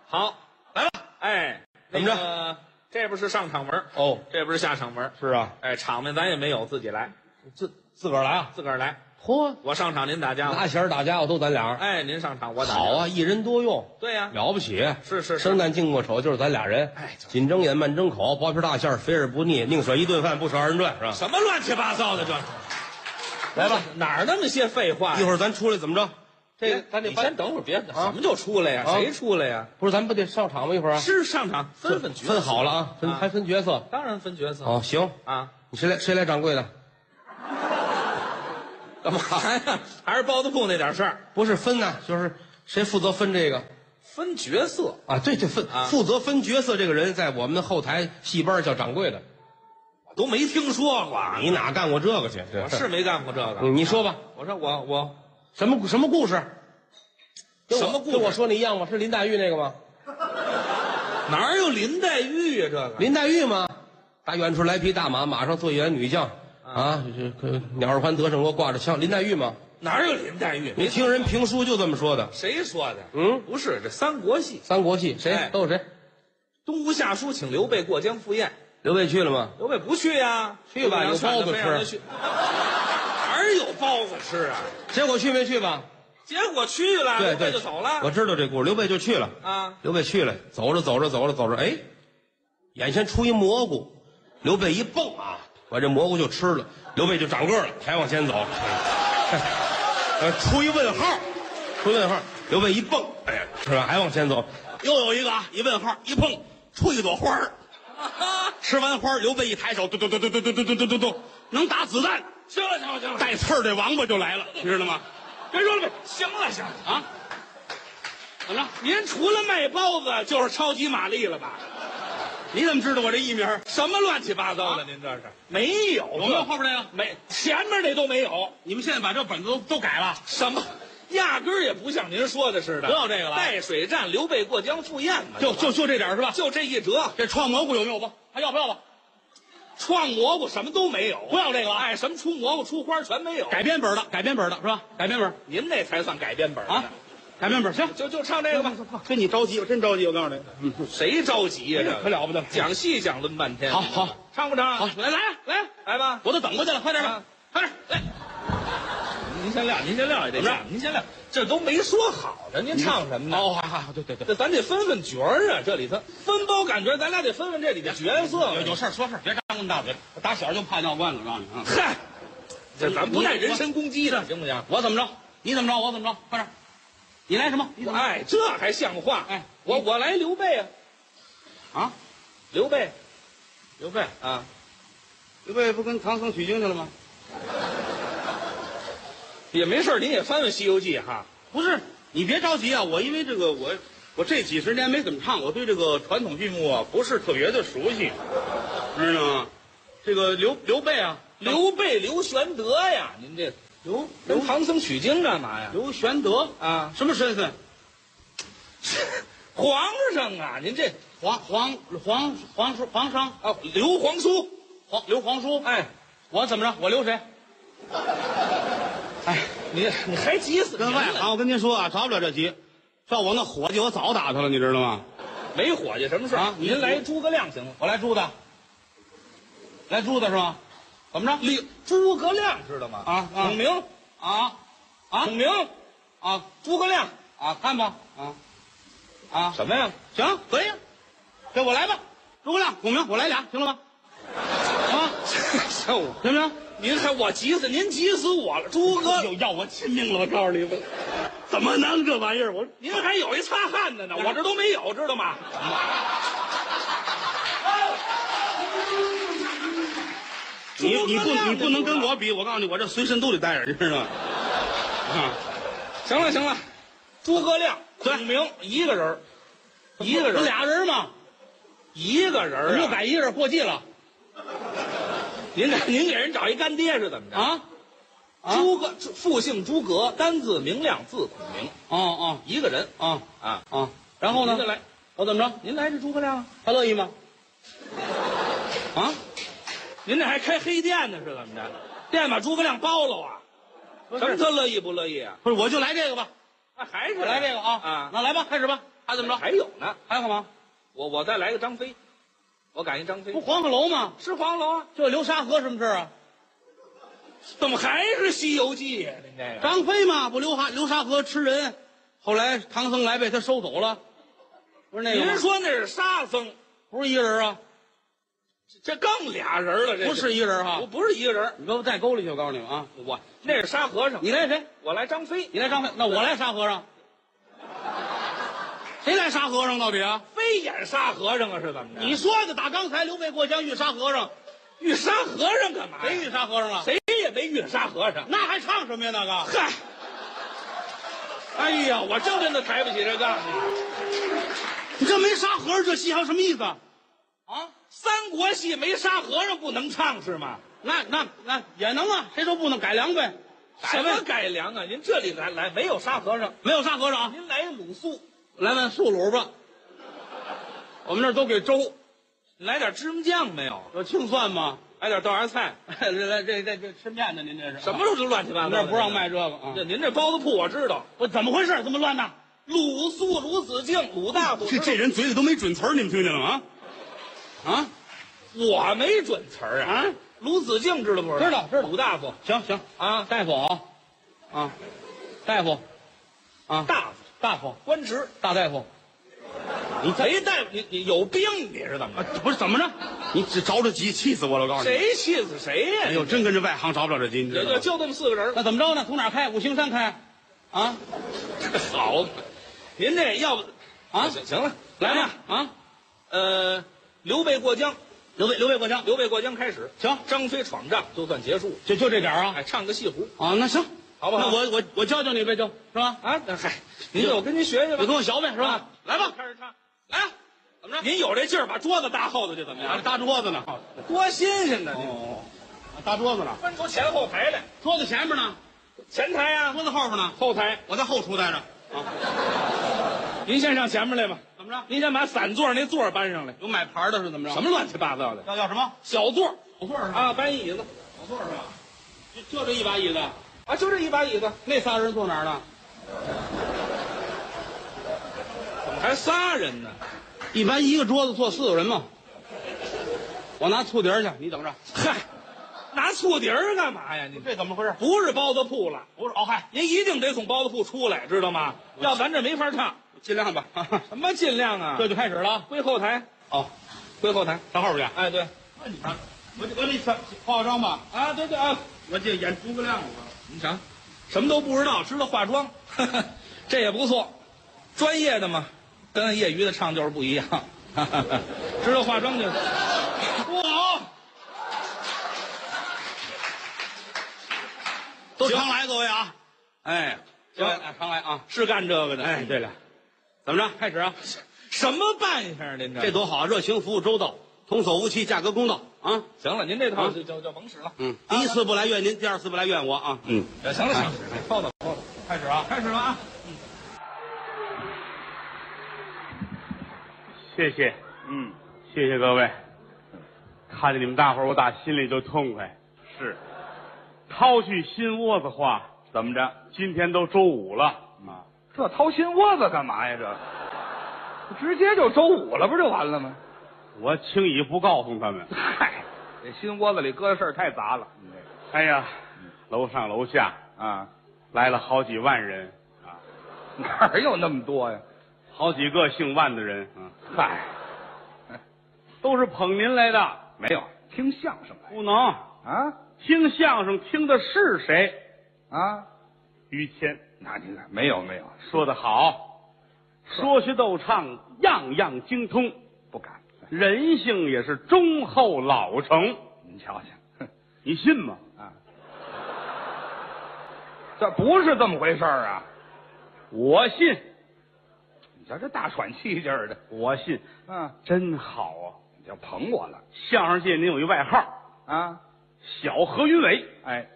Speaker 2: 好，来吧。哎，
Speaker 3: 怎么着
Speaker 2: 着？这边是上场门，
Speaker 3: 哦，
Speaker 2: 这边是下场门。
Speaker 3: 是啊，
Speaker 2: 哎，场面咱也没有，自己来，
Speaker 3: 自自个儿来啊，
Speaker 2: 自个儿来。
Speaker 3: 嚯，
Speaker 2: 我上场，您打家伙。
Speaker 3: 拿弦儿打家伙都咱俩人，
Speaker 2: 哎，您上场，我打。
Speaker 3: 好，啊，一人多用，
Speaker 2: 对呀。
Speaker 3: 了不起。
Speaker 2: 是是是，
Speaker 3: 生旦净末丑就是咱俩人，
Speaker 2: 哎就是
Speaker 3: 紧睁眼慢睁口，薄皮大馅儿肥而不腻，宁舍一顿饭不舍二人转，是吧？
Speaker 2: 什么乱七八糟的这是？
Speaker 3: 来吧，
Speaker 2: 哪儿那么些废话呀？
Speaker 3: 一会儿咱出来怎么着？这个哎咱这
Speaker 2: 你先
Speaker 3: 班
Speaker 2: 等会儿，别
Speaker 3: 啊
Speaker 2: 什么就出来呀？
Speaker 3: 啊
Speaker 2: 谁出来呀？
Speaker 3: 不是咱不得上场吗？一会儿啊，
Speaker 2: 是上场分分角色
Speaker 3: 分好了啊，分
Speaker 2: 啊
Speaker 3: 还分角色。
Speaker 2: 当然分角色
Speaker 3: 哦，行，
Speaker 2: 啊，
Speaker 3: 你谁来谁来掌 柜的？
Speaker 2: 干嘛
Speaker 4: 哎
Speaker 2: 呀？还是包子铺那点事儿，
Speaker 3: 不是分呐，就是谁负责分这个
Speaker 2: 分角色。
Speaker 3: 啊？对对，分、
Speaker 2: 啊
Speaker 3: 负责分角色这个人，在我们的后台戏班叫掌柜的。
Speaker 2: 都没听说过啊，
Speaker 3: 你哪干过这个去？嗯这
Speaker 2: 我是没干过这
Speaker 3: 你
Speaker 2: 个。
Speaker 3: 你说吧，
Speaker 2: 我说我我
Speaker 3: 什么什么故事？
Speaker 4: 跟我
Speaker 2: 什么故事
Speaker 4: 跟我说那一样吗？是林黛玉那个吗？
Speaker 2: 哪有林黛玉啊呀？这个
Speaker 4: 林黛玉吗？打远处来匹大马，马上做一员女将啊！这这鸟儿环得胜罗挂着枪，林黛玉吗？
Speaker 2: 哪有林黛玉？
Speaker 4: 你听人评书就这么说的。
Speaker 2: 谁说的？
Speaker 4: 嗯，
Speaker 2: 不是这三国戏，
Speaker 4: 三国戏谁
Speaker 2: 哎
Speaker 4: 都有谁？
Speaker 2: 东吴下书请刘备过江赴宴，
Speaker 4: 刘备去了吗？
Speaker 2: 刘备不去呀，
Speaker 4: 去吧
Speaker 2: 刘备
Speaker 4: 有
Speaker 2: 让
Speaker 4: 包子
Speaker 2: 非让他
Speaker 4: 吃
Speaker 2: 去哪儿有包子吃啊？
Speaker 4: 结果去没去吧？
Speaker 2: 结果去了，
Speaker 4: 对
Speaker 2: 啊刘
Speaker 4: 对，
Speaker 2: 备就走了
Speaker 4: 我知道这故事，刘备就去了。
Speaker 2: 啊。
Speaker 4: 刘备去了，走着走着走着走着，哎，眼前出一蘑菇，刘备一蹦啊，把这蘑菇就吃了。刘备就长个儿了，还往前走， 呃，出一问号，出一问号。刘备一蹦，哎呀，是吧？还往前走，又有一个啊，一问号，一碰，出一朵花儿。吃完花儿，刘备一抬手，嘟嘟嘟嘟嘟嘟嘟嘟嘟嘟嘟，能打子弹。
Speaker 2: 行了行了行了，
Speaker 4: 带刺儿这王八就来了，你知道吗？
Speaker 2: 别说了，行了行了，
Speaker 3: 啊？怎么了？您除了卖包子就是超级玛丽了吧？你怎么知道我这艺名？
Speaker 2: 什么乱七八糟的？您这是
Speaker 3: 啊没有，有没有后边那个？
Speaker 2: 没前面那都没有，
Speaker 3: 你们现在把这本子都都改了？
Speaker 2: 什么压根儿也不像您说的似的。
Speaker 3: 不要这个了
Speaker 2: 带水战，刘备过江赴宴嘛，
Speaker 3: 就就就这点儿是吧？
Speaker 2: 就这一折，
Speaker 3: 这创蘑菇有没有吧？还要不要吧？
Speaker 2: 创蘑菇什么都没有，
Speaker 3: 不要这个了
Speaker 2: 哎，什么出蘑菇出花全没有，
Speaker 3: 改编本的，改编本的是吧？改编本
Speaker 2: 您那才算改编本
Speaker 3: 啊
Speaker 2: 啊！，
Speaker 3: 改编本行。
Speaker 2: 就就唱这个吧，
Speaker 3: 跟你着急，我真着急，我告诉你，
Speaker 2: 谁着急呀？这个
Speaker 3: 哎可了不得了
Speaker 2: 讲戏讲论半天，
Speaker 3: 好好
Speaker 2: 唱不唱？
Speaker 3: 好，，来来啊来啊，
Speaker 2: 来吧，
Speaker 3: 我都等过去了，快点吧
Speaker 2: 啊，
Speaker 3: 快点来。
Speaker 2: 您先撂，您先撂也得
Speaker 3: 怎么
Speaker 2: 撂
Speaker 3: 着，
Speaker 2: 您先撂，这都没说好呢，您唱什么呢？
Speaker 3: 哦，好好好，对对对，
Speaker 2: 这咱得分分角儿啊，这里头分包感觉，咱俩得分分这里的角色。
Speaker 3: 有有事儿说事儿，别张那么大嘴，我打小就怕尿罐子，我告诉你啊。
Speaker 2: 嗨，这咱不带人身攻击的，行不行？
Speaker 3: 我怎么着，你怎么着，我怎么着，快点，你来什么？你怎么
Speaker 2: 哎，这还像话？
Speaker 3: 哎
Speaker 2: 我我来刘备啊，
Speaker 3: 啊？
Speaker 2: 刘备
Speaker 3: 刘备，
Speaker 2: 啊，
Speaker 3: 刘备不跟唐僧取经去了吗？
Speaker 2: 也没事儿，您也翻翻《西游记》啊哈。
Speaker 3: 不是，你别着急啊，我因为这个我。我这几十年没怎么唱，我对这个传统剧目啊不是特别的熟悉，知道吗？这个刘刘备啊，
Speaker 2: 刘备、刘玄德呀，您这
Speaker 3: 刘
Speaker 2: 跟唐僧取经干嘛呀？
Speaker 3: 刘玄德
Speaker 2: 啊，
Speaker 3: 什么身份？
Speaker 2: 皇上啊，您这
Speaker 3: 皇皇皇皇叔皇商
Speaker 2: 啊，刘皇叔，
Speaker 3: 皇刘皇叔，
Speaker 2: 哎，
Speaker 3: 我怎么着？我留谁？哎，
Speaker 2: 你你还急死
Speaker 3: 跟
Speaker 2: 人
Speaker 3: 外
Speaker 2: 了？
Speaker 3: 行，我跟您说啊，着不了这急。照我那伙计，我早打他了，你知道吗？
Speaker 2: 没伙计什么事儿
Speaker 3: 啊
Speaker 2: 您来诸葛亮行吗？
Speaker 3: 我来住的，来住的是吗？怎么着？
Speaker 2: 李诸葛亮知道吗？
Speaker 3: 啊啊
Speaker 2: 孔明，
Speaker 3: 啊啊
Speaker 2: 孔明，
Speaker 3: 啊
Speaker 2: 诸葛亮，
Speaker 3: 啊！看吧，啊啊，
Speaker 2: 什么呀？
Speaker 3: 行，可以，这我来吧。诸葛亮、孔明，我来俩，行了吧？ 啊，
Speaker 2: 像我，
Speaker 3: 行不行？
Speaker 2: 您还我急死您急死我了，诸葛，
Speaker 3: 有哎要我亲命了，我告诉你们，怎么能这玩意儿？我
Speaker 2: 您还有一擦汗的呢，我这都没有，知道吗？
Speaker 3: 你你
Speaker 2: 诸葛
Speaker 3: 不
Speaker 2: 亮
Speaker 3: 你不能跟
Speaker 2: 这
Speaker 3: 我比，我告诉你，我这随身都得带着，你知道吗？ 啊，
Speaker 2: 行了行了，诸葛亮、
Speaker 3: 对
Speaker 2: 孔明一个人儿，一个人
Speaker 3: 不
Speaker 2: 儿，
Speaker 3: 俩人嘛，
Speaker 2: 一个人儿
Speaker 3: 又
Speaker 2: 啊，
Speaker 3: 改一个人过季了
Speaker 2: 您给您给人找一干爹是怎么着？
Speaker 3: 啊？啊
Speaker 2: 诸葛复姓诸葛，单字明亮，字孔明，
Speaker 3: 哦
Speaker 2: 一个人
Speaker 3: 哦哦
Speaker 2: 啊。
Speaker 3: 哦，然后
Speaker 2: 您
Speaker 3: 呢
Speaker 2: 再？来，
Speaker 3: 我怎么着？
Speaker 2: 您来这诸葛亮啊，
Speaker 3: 他乐意吗？啊？
Speaker 2: 您这还开黑店呢是怎么着？店把诸葛亮包了啊？
Speaker 3: 不
Speaker 2: 什么他乐意不乐意啊？
Speaker 3: 不是，我就来这个吧，
Speaker 2: 啊还是
Speaker 3: 我来这个啊
Speaker 2: 啊？
Speaker 3: 那来吧，开始吧，还怎么着？
Speaker 2: 还有呢，
Speaker 3: 还要干嘛？
Speaker 2: 我我再来个张飞，我赶一张飞
Speaker 3: 不，黄鹤楼吗？
Speaker 2: 是黄楼啊？
Speaker 3: 这流沙河什么事儿啊？
Speaker 2: 怎么还是《西游记》呀？您这个
Speaker 3: 张飞嘛，不流哈流沙河吃人，后来唐僧来被他收走了，不是那个吗
Speaker 2: 您说那是沙僧，
Speaker 3: 不是一个人啊？
Speaker 2: 这更俩人了，这
Speaker 3: 不是一个人哈
Speaker 2: 我、不是一个人，
Speaker 3: 你给我带沟里去，我告诉你们啊！
Speaker 2: 我那是沙和尚，
Speaker 3: 你来谁？
Speaker 2: 我来张飞，
Speaker 3: 你来张飞，那我来沙和尚。谁来沙和尚到底啊？
Speaker 2: 非演沙和尚啊，是怎么着？
Speaker 3: 你说的，打刚才刘备过江遇沙和尚，
Speaker 2: 遇沙和尚干嘛呀？
Speaker 3: 谁遇沙和尚了？
Speaker 2: 谁也没遇沙和尚。
Speaker 3: 那还唱什么呀？那个
Speaker 2: 嗨，哎呀，我真跟他抬不起这杠。
Speaker 3: 你这没沙和尚这戏还有什么意思啊？啊，
Speaker 2: 三国戏没沙和尚不能唱是吗？
Speaker 3: 那那那也能啊，谁说不能改良呗？
Speaker 2: 什么改良啊？您这里来来没有沙和尚，
Speaker 3: 没有沙和尚啊，
Speaker 2: 您来卤素，
Speaker 3: 来碗素卤吧。我们这儿都给粥，
Speaker 2: 来点芝麻酱没有？
Speaker 3: 有青蒜 吗？
Speaker 2: 来点豆芽菜，
Speaker 3: 这这这这这吃面的您这是
Speaker 2: 什么？时候就乱七八
Speaker 3: 我
Speaker 2: 糟
Speaker 3: 们
Speaker 2: 的？
Speaker 3: 这儿不让卖这个啊
Speaker 2: 这。您这包子铺我知道，
Speaker 3: 我怎么回事？这么乱呢？
Speaker 2: 鲁肃、鲁子敬、鲁大夫，
Speaker 3: 这这人嘴里都没准词儿，你们听见了吗？啊
Speaker 2: 我没准词儿
Speaker 3: 啊
Speaker 2: 啊。
Speaker 3: 啊！
Speaker 2: 鲁子敬知道不知道？
Speaker 3: 知道知道
Speaker 2: 鲁大夫
Speaker 3: 行行，
Speaker 2: 啊，
Speaker 3: 大夫啊，啊，大夫，啊，
Speaker 2: 大夫
Speaker 3: 大夫，
Speaker 2: 官职，
Speaker 3: 大大夫，
Speaker 2: 你没大夫，你你有病，你是怎么
Speaker 3: 啊
Speaker 2: 着？，
Speaker 3: 不是怎么着？你这着着急，气死我了！我告诉你，
Speaker 2: 谁气死谁呀？
Speaker 3: 哎呦，真跟这外行着不了这急，你
Speaker 2: 也
Speaker 3: 知道
Speaker 2: 就
Speaker 3: 吗？
Speaker 2: 就这么四个人儿，
Speaker 3: 那怎么着呢？从哪儿开？五行山开，啊
Speaker 2: 好嘛，您这要不
Speaker 3: 啊，
Speaker 2: 行行了，
Speaker 3: 来吧
Speaker 2: 吧，
Speaker 3: 啊！
Speaker 2: 呃，刘备过江，
Speaker 3: 刘备，刘备过江，
Speaker 2: 刘备过江开始，
Speaker 3: 行，
Speaker 2: 张飞闯帐就算结束。
Speaker 3: 就就这点儿啊
Speaker 2: 哎，唱个戏胡
Speaker 3: 啊，那行，
Speaker 2: 好不好
Speaker 3: 那我我我教教你呗，就是吧？
Speaker 2: 啊，那嗨，您就我跟您学学吧
Speaker 3: 你，跟我学呗，是吧
Speaker 2: 啊？
Speaker 3: 来吧，
Speaker 2: 开始唱，来啊，怎么着？您有这劲儿，把桌子搭后头去，怎么
Speaker 3: 啊
Speaker 2: 样？
Speaker 3: 搭桌子呢，
Speaker 2: 多新鲜呢！您
Speaker 3: 哦，搭桌子呢，
Speaker 2: 分出前后台来，
Speaker 3: 桌子前面呢，
Speaker 2: 前台啊，
Speaker 3: 桌子后边呢，
Speaker 2: 后台，
Speaker 3: 我在后厨待着啊。
Speaker 2: 您先上前面来吧。
Speaker 3: 怎么着？
Speaker 2: 您先把散座那座搬上来，
Speaker 3: 有买牌的是怎么着？
Speaker 2: 什么乱七八糟的？
Speaker 3: 要要什么？
Speaker 2: 小座
Speaker 3: 小座是吧？
Speaker 2: 啊，搬椅子
Speaker 3: 小座是吧？就就这一把椅子，
Speaker 2: 啊，就这一把椅子，
Speaker 3: 那仨人坐哪儿呢？
Speaker 2: 怎么还仨人呢？
Speaker 3: 一般一个桌子坐四个人嘛。我拿醋碟儿去，你等着。
Speaker 2: 嗨，拿醋碟儿干嘛呀？您
Speaker 3: 这怎么回事？
Speaker 2: 不是包子铺了，
Speaker 3: 不是哦嗨，
Speaker 2: 您一定得从包子铺出来，知道吗？要咱这没法唱。
Speaker 3: 尽量吧。
Speaker 2: 什么尽量啊？
Speaker 3: 这就开始了啊。
Speaker 2: 归后台，
Speaker 3: 哦，
Speaker 2: 归后台。
Speaker 3: 上后边去。
Speaker 2: 哎，对，
Speaker 3: 那你看，我我得化化妆吧，
Speaker 2: 啊，对对啊，
Speaker 3: 我这演诸葛亮我。
Speaker 2: 你瞧，什么都不知道，知道化妆， 这也不错，专业的嘛，跟业余的唱就是不一样。 知道化 妆就
Speaker 3: 不好，都常来各位啊。哎，
Speaker 2: 行
Speaker 3: 哎常来啊。
Speaker 2: 是干这个的。
Speaker 3: 哎，对了，怎么着？开始啊！
Speaker 2: 什么办法？您这
Speaker 3: 这多好，啊！热情服务周到，童叟无欺，价格公道啊！
Speaker 2: 行了，您这套
Speaker 3: 啊
Speaker 2: 就就就甭使了。
Speaker 3: 嗯，第一次不来怨您，第二次不来怨我啊！嗯，
Speaker 2: 行了行
Speaker 5: 哎
Speaker 2: 了，后头后头，
Speaker 3: 开始啊！
Speaker 2: 开始了啊。
Speaker 6: 谢谢，
Speaker 5: 嗯，
Speaker 6: 谢谢各位。看见你们大伙儿，我打心里就痛快。
Speaker 5: 是，
Speaker 6: 掏去心窝子话，
Speaker 5: 怎么着？
Speaker 6: 今天都周五了，
Speaker 5: 啊，这掏心窝子干嘛呀？这直接就周五了，不就完了吗？
Speaker 6: 我轻易不告诉他们。
Speaker 5: 嗨，哎这心窝子里搁的事儿太杂了。你这
Speaker 6: 哎呀，楼上楼下
Speaker 5: 啊，
Speaker 6: 来了好几万人，
Speaker 5: 哪儿有那么多呀？
Speaker 6: 好几个姓万的人，嗯，
Speaker 5: 嗨，
Speaker 6: 都是捧您来的。
Speaker 5: 没有哎听相声来
Speaker 6: 不能
Speaker 5: 啊
Speaker 6: 听相声听的是谁？
Speaker 5: 啊？
Speaker 6: 于谦
Speaker 5: 那您看没有没有，
Speaker 6: 说得好，说学逗唱样样精通，
Speaker 5: 不敢。
Speaker 6: 人性也是忠厚老成，
Speaker 5: 您瞧瞧， 哼
Speaker 6: 你信吗？
Speaker 5: 啊，这不是这么回事儿啊！
Speaker 6: 我信，
Speaker 5: 你瞧这大喘气劲儿的，
Speaker 6: 我信，
Speaker 5: 嗯、啊，
Speaker 6: 真好啊！
Speaker 5: 你就捧我了
Speaker 6: 相声界您有一外号
Speaker 5: 啊。
Speaker 6: “小何云伟
Speaker 5: 哎，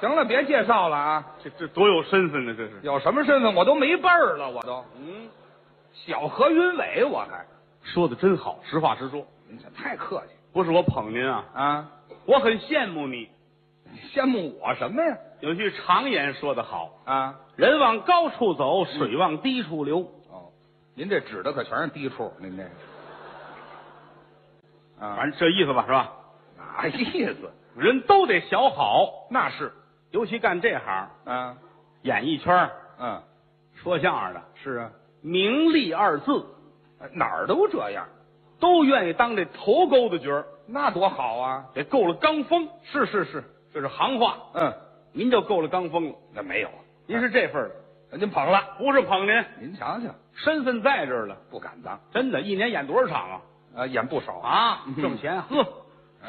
Speaker 5: 行了，别介绍了啊！”，
Speaker 6: 这这多有身份啊呢，这是。
Speaker 5: 有什么身份我都没辈儿了，我都
Speaker 6: 嗯，
Speaker 5: 小何云伟，我还，
Speaker 6: 说的真好，实话实说，
Speaker 5: 你这太客气
Speaker 6: 不是我捧您啊，
Speaker 5: 啊！
Speaker 6: 我很羡慕你。
Speaker 5: 羡慕我什么呀？
Speaker 6: 有句常言说得好
Speaker 5: 啊，：“
Speaker 6: 人往高处走，水往低处流。
Speaker 5: 哦，您这指的可全是低处，您这啊，
Speaker 6: 反正这意思吧，是吧？
Speaker 5: 哪意思？
Speaker 6: 人都得学好，
Speaker 5: 那是
Speaker 6: 尤其干这行，
Speaker 5: 啊，
Speaker 6: 演艺圈儿
Speaker 5: 嗯，
Speaker 6: 说相声的，
Speaker 5: 是啊，呃
Speaker 6: 名利二字
Speaker 5: 哪儿都这样，
Speaker 6: 都愿意当这头钩的角儿，
Speaker 5: 那多好啊！
Speaker 6: 得够了刚锋，
Speaker 5: 是是是，
Speaker 6: 这是行话。
Speaker 5: 嗯，
Speaker 6: 您就够了刚锋了，
Speaker 5: 那没有，啊
Speaker 6: 您是这份儿的，
Speaker 5: 您捧了，
Speaker 6: 不是捧您，
Speaker 5: 您瞧瞧，
Speaker 6: 身份在这儿了，
Speaker 5: 不敢当
Speaker 6: 真的，一年演多少场啊？
Speaker 5: 啊，演不少
Speaker 6: 啊，
Speaker 5: 嗯
Speaker 6: 挣钱喝、
Speaker 5: 嗯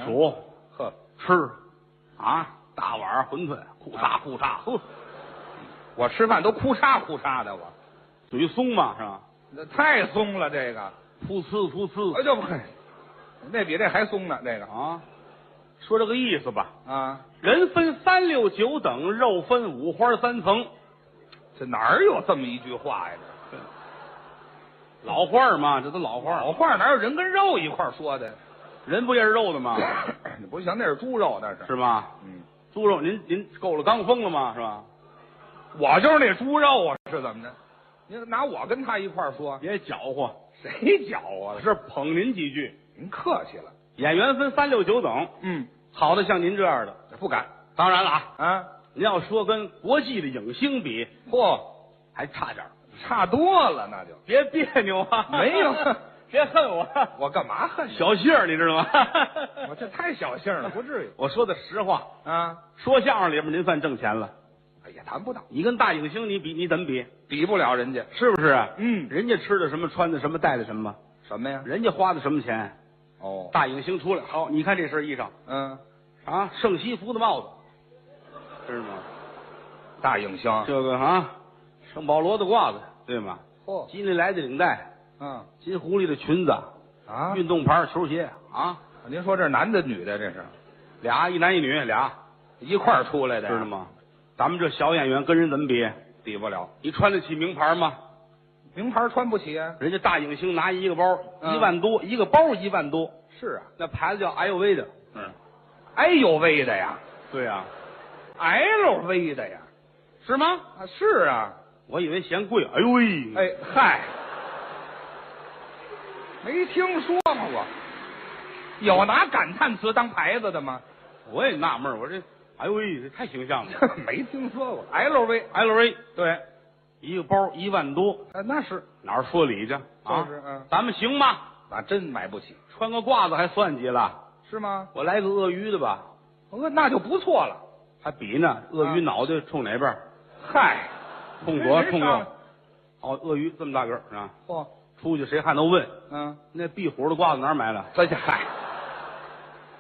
Speaker 6: 数、
Speaker 5: 呵，
Speaker 6: 吃，啊，大碗儿馄饨，裤
Speaker 5: 啊
Speaker 6: 衩裤衩喝，
Speaker 5: 我吃饭都哭嚓哭嚓的，我
Speaker 6: 嘴松嘛是吧？
Speaker 5: 那太松了，这个，哎
Speaker 6: 噗呲噗呲
Speaker 5: 哎就不，那比这还松呢，这个
Speaker 6: 啊，说这个意思吧，
Speaker 7: 啊，
Speaker 6: 人分三六九等，肉分五花三层。
Speaker 7: 这哪儿有这么一句话呀？
Speaker 6: 老话儿嘛，这都老话
Speaker 7: 老
Speaker 6: 儿，
Speaker 7: 话哪有人跟肉一块儿说的？
Speaker 6: 人不也是肉的吗？
Speaker 7: 你不行，那是猪肉，那是。
Speaker 6: 是吗？
Speaker 7: 嗯，
Speaker 6: 猪肉，您您够了刚风了吗？是吧？
Speaker 7: 我就是那猪肉啊，是怎么着？你拿我跟他一块儿说，
Speaker 6: 别搅和，
Speaker 7: 谁搅和了？
Speaker 6: 是捧您几句。
Speaker 7: 您客气了。
Speaker 6: 演员分三六九等，
Speaker 7: 嗯，
Speaker 6: 好的像您这样的，
Speaker 7: 不敢
Speaker 6: 当然了啊，
Speaker 7: 啊。
Speaker 6: 您要说跟国际的影星比，
Speaker 7: 嚯，
Speaker 6: 还差点儿。
Speaker 7: 差多了，那就
Speaker 6: 别别扭啊！
Speaker 7: 没有
Speaker 6: 别恨我，
Speaker 7: 我干嘛恨你？
Speaker 6: 小杏儿你知道
Speaker 7: 我
Speaker 6: 吗？
Speaker 7: 这太小性了，不至于
Speaker 6: 我说的实话，
Speaker 7: 啊。
Speaker 6: 说相声里边您算挣钱了，
Speaker 7: 哎呀，谈不到，
Speaker 6: 你跟大影星你比，你怎么比？
Speaker 7: 比不了人家。
Speaker 6: 是不是啊？
Speaker 7: 嗯
Speaker 6: 人家吃的什么，穿的什么，戴的什么，
Speaker 7: 什么呀？
Speaker 6: 人家花的什么钱？
Speaker 7: 哦，
Speaker 6: 大影星出来，好，你看这身衣裳
Speaker 7: 嗯，
Speaker 6: 啊，圣西服的帽子，知道吗？
Speaker 7: 大影星。
Speaker 6: 这个啊，圣保罗的褂子，对吗？
Speaker 7: 嚯，
Speaker 6: 金利来的领带，
Speaker 7: 嗯
Speaker 6: 金狐狸的裙子，
Speaker 7: 啊，
Speaker 6: 运动牌球鞋啊，
Speaker 7: 您说这是男的女的？这是
Speaker 6: 俩一男一女俩，
Speaker 7: 一块儿出来
Speaker 6: 知
Speaker 7: 的，
Speaker 6: 道？吗？咱们这小演员跟人怎么比？
Speaker 7: 比不了，
Speaker 6: 你穿得起名牌吗？
Speaker 7: 名牌穿不起啊。
Speaker 6: 人家大影星拿一个包
Speaker 7: 嗯
Speaker 6: 一万多，一个包一万多，
Speaker 7: 是啊，
Speaker 6: 那牌子叫 LV 的。嗯，
Speaker 7: 哎呦喂的呀
Speaker 6: 对呀、
Speaker 7: ，LV 的呀，
Speaker 6: 是吗？
Speaker 7: 啊是啊，
Speaker 6: 我以为嫌贵，哎呦喂，
Speaker 7: 哎嗨，没听说过我，有拿感叹词当牌子的吗？
Speaker 6: 我也纳闷儿，我这，哎呦喂，这太形象了。 哎
Speaker 7: 没听说过 LV，
Speaker 6: LV
Speaker 7: 对，
Speaker 6: 一个包一万多，
Speaker 7: 啊那是
Speaker 6: 哪儿说理去啊？
Speaker 7: 就是嗯
Speaker 6: 咱们行吗？
Speaker 7: 啊真买不起
Speaker 6: 穿个褂子还算计了，
Speaker 7: 是吗？
Speaker 6: 我来个鳄鱼的吧，
Speaker 7: 哦那就不错了，
Speaker 6: 还比呢。鳄鱼
Speaker 7: 啊
Speaker 6: 脑袋冲哪边儿？
Speaker 7: 嗨，
Speaker 6: 冲左
Speaker 7: 没
Speaker 6: 冲
Speaker 7: 没
Speaker 6: 右
Speaker 7: 上？
Speaker 6: 哦，鳄鱼这么大个儿啊，
Speaker 7: 嚯，
Speaker 6: 出去谁看都问
Speaker 7: 哦嗯。
Speaker 6: 那壁虎的褂子哪儿买的？
Speaker 7: 这家嗨，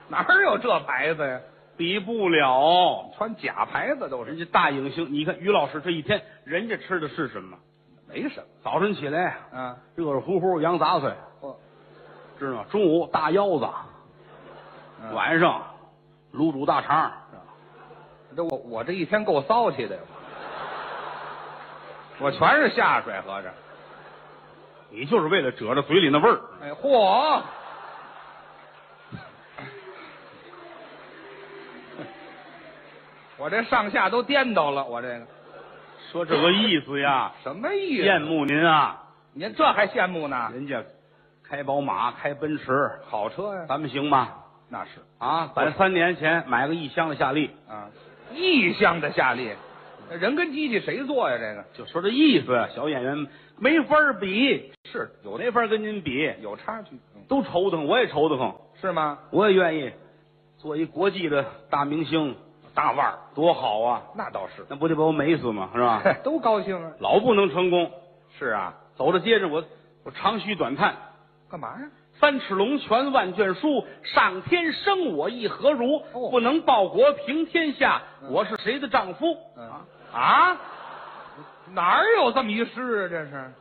Speaker 7: 哪儿有这牌子呀？
Speaker 6: 比不了，
Speaker 7: 穿假牌子都
Speaker 6: 人
Speaker 7: 是，
Speaker 6: 家大影星。你看于老师这一天，人家吃的是什么？
Speaker 7: 没什么。
Speaker 6: 早晨起来
Speaker 7: 啊，
Speaker 6: 热热乎乎羊杂碎，
Speaker 7: 嚯，
Speaker 6: 知道吗？中午大腰子，
Speaker 7: 嗯
Speaker 6: 晚上卤煮大肠，是吧
Speaker 7: 这我我这一天够骚气的呀，我全是下水，合着。
Speaker 6: 你就是为了褶着嘴里那味儿。
Speaker 7: 哎，嚯！ 我这上下都颠倒了，我这个
Speaker 6: 说这个意思呀，
Speaker 7: 什么意
Speaker 6: 羡
Speaker 7: 思？
Speaker 6: 慕您啊！
Speaker 7: 您这还羡慕呢？
Speaker 6: 人家开宝马，开奔驰，
Speaker 7: 好车呀、
Speaker 6: 咱们行吗？
Speaker 7: 那是
Speaker 6: 啊，咱三年前买个一箱的夏利，
Speaker 7: 啊，异乡的夏利，人跟机器谁做呀？这个
Speaker 6: 就说这意思，小演员没法儿比，
Speaker 7: 是有
Speaker 6: 没法儿跟您比，
Speaker 7: 有差距，嗯
Speaker 6: 都愁得慌，我也愁得慌，
Speaker 7: 是吗？
Speaker 6: 我也愿意做一国际的大明星、大腕儿，多好啊！
Speaker 7: 那倒是，
Speaker 6: 那不得把我美死吗？是吧？
Speaker 7: 都高兴啊。
Speaker 6: 老不能成功，
Speaker 7: 是啊，
Speaker 6: 走着接着我我长吁短叹，
Speaker 7: 干嘛
Speaker 6: 啊
Speaker 7: 呀？
Speaker 6: 三尺龙泉万卷书，上天生我亦何如？
Speaker 7: 哦
Speaker 6: 不能报国平天下，我是谁的丈夫？
Speaker 7: 嗯啊，哪儿有这么一诗啊？这是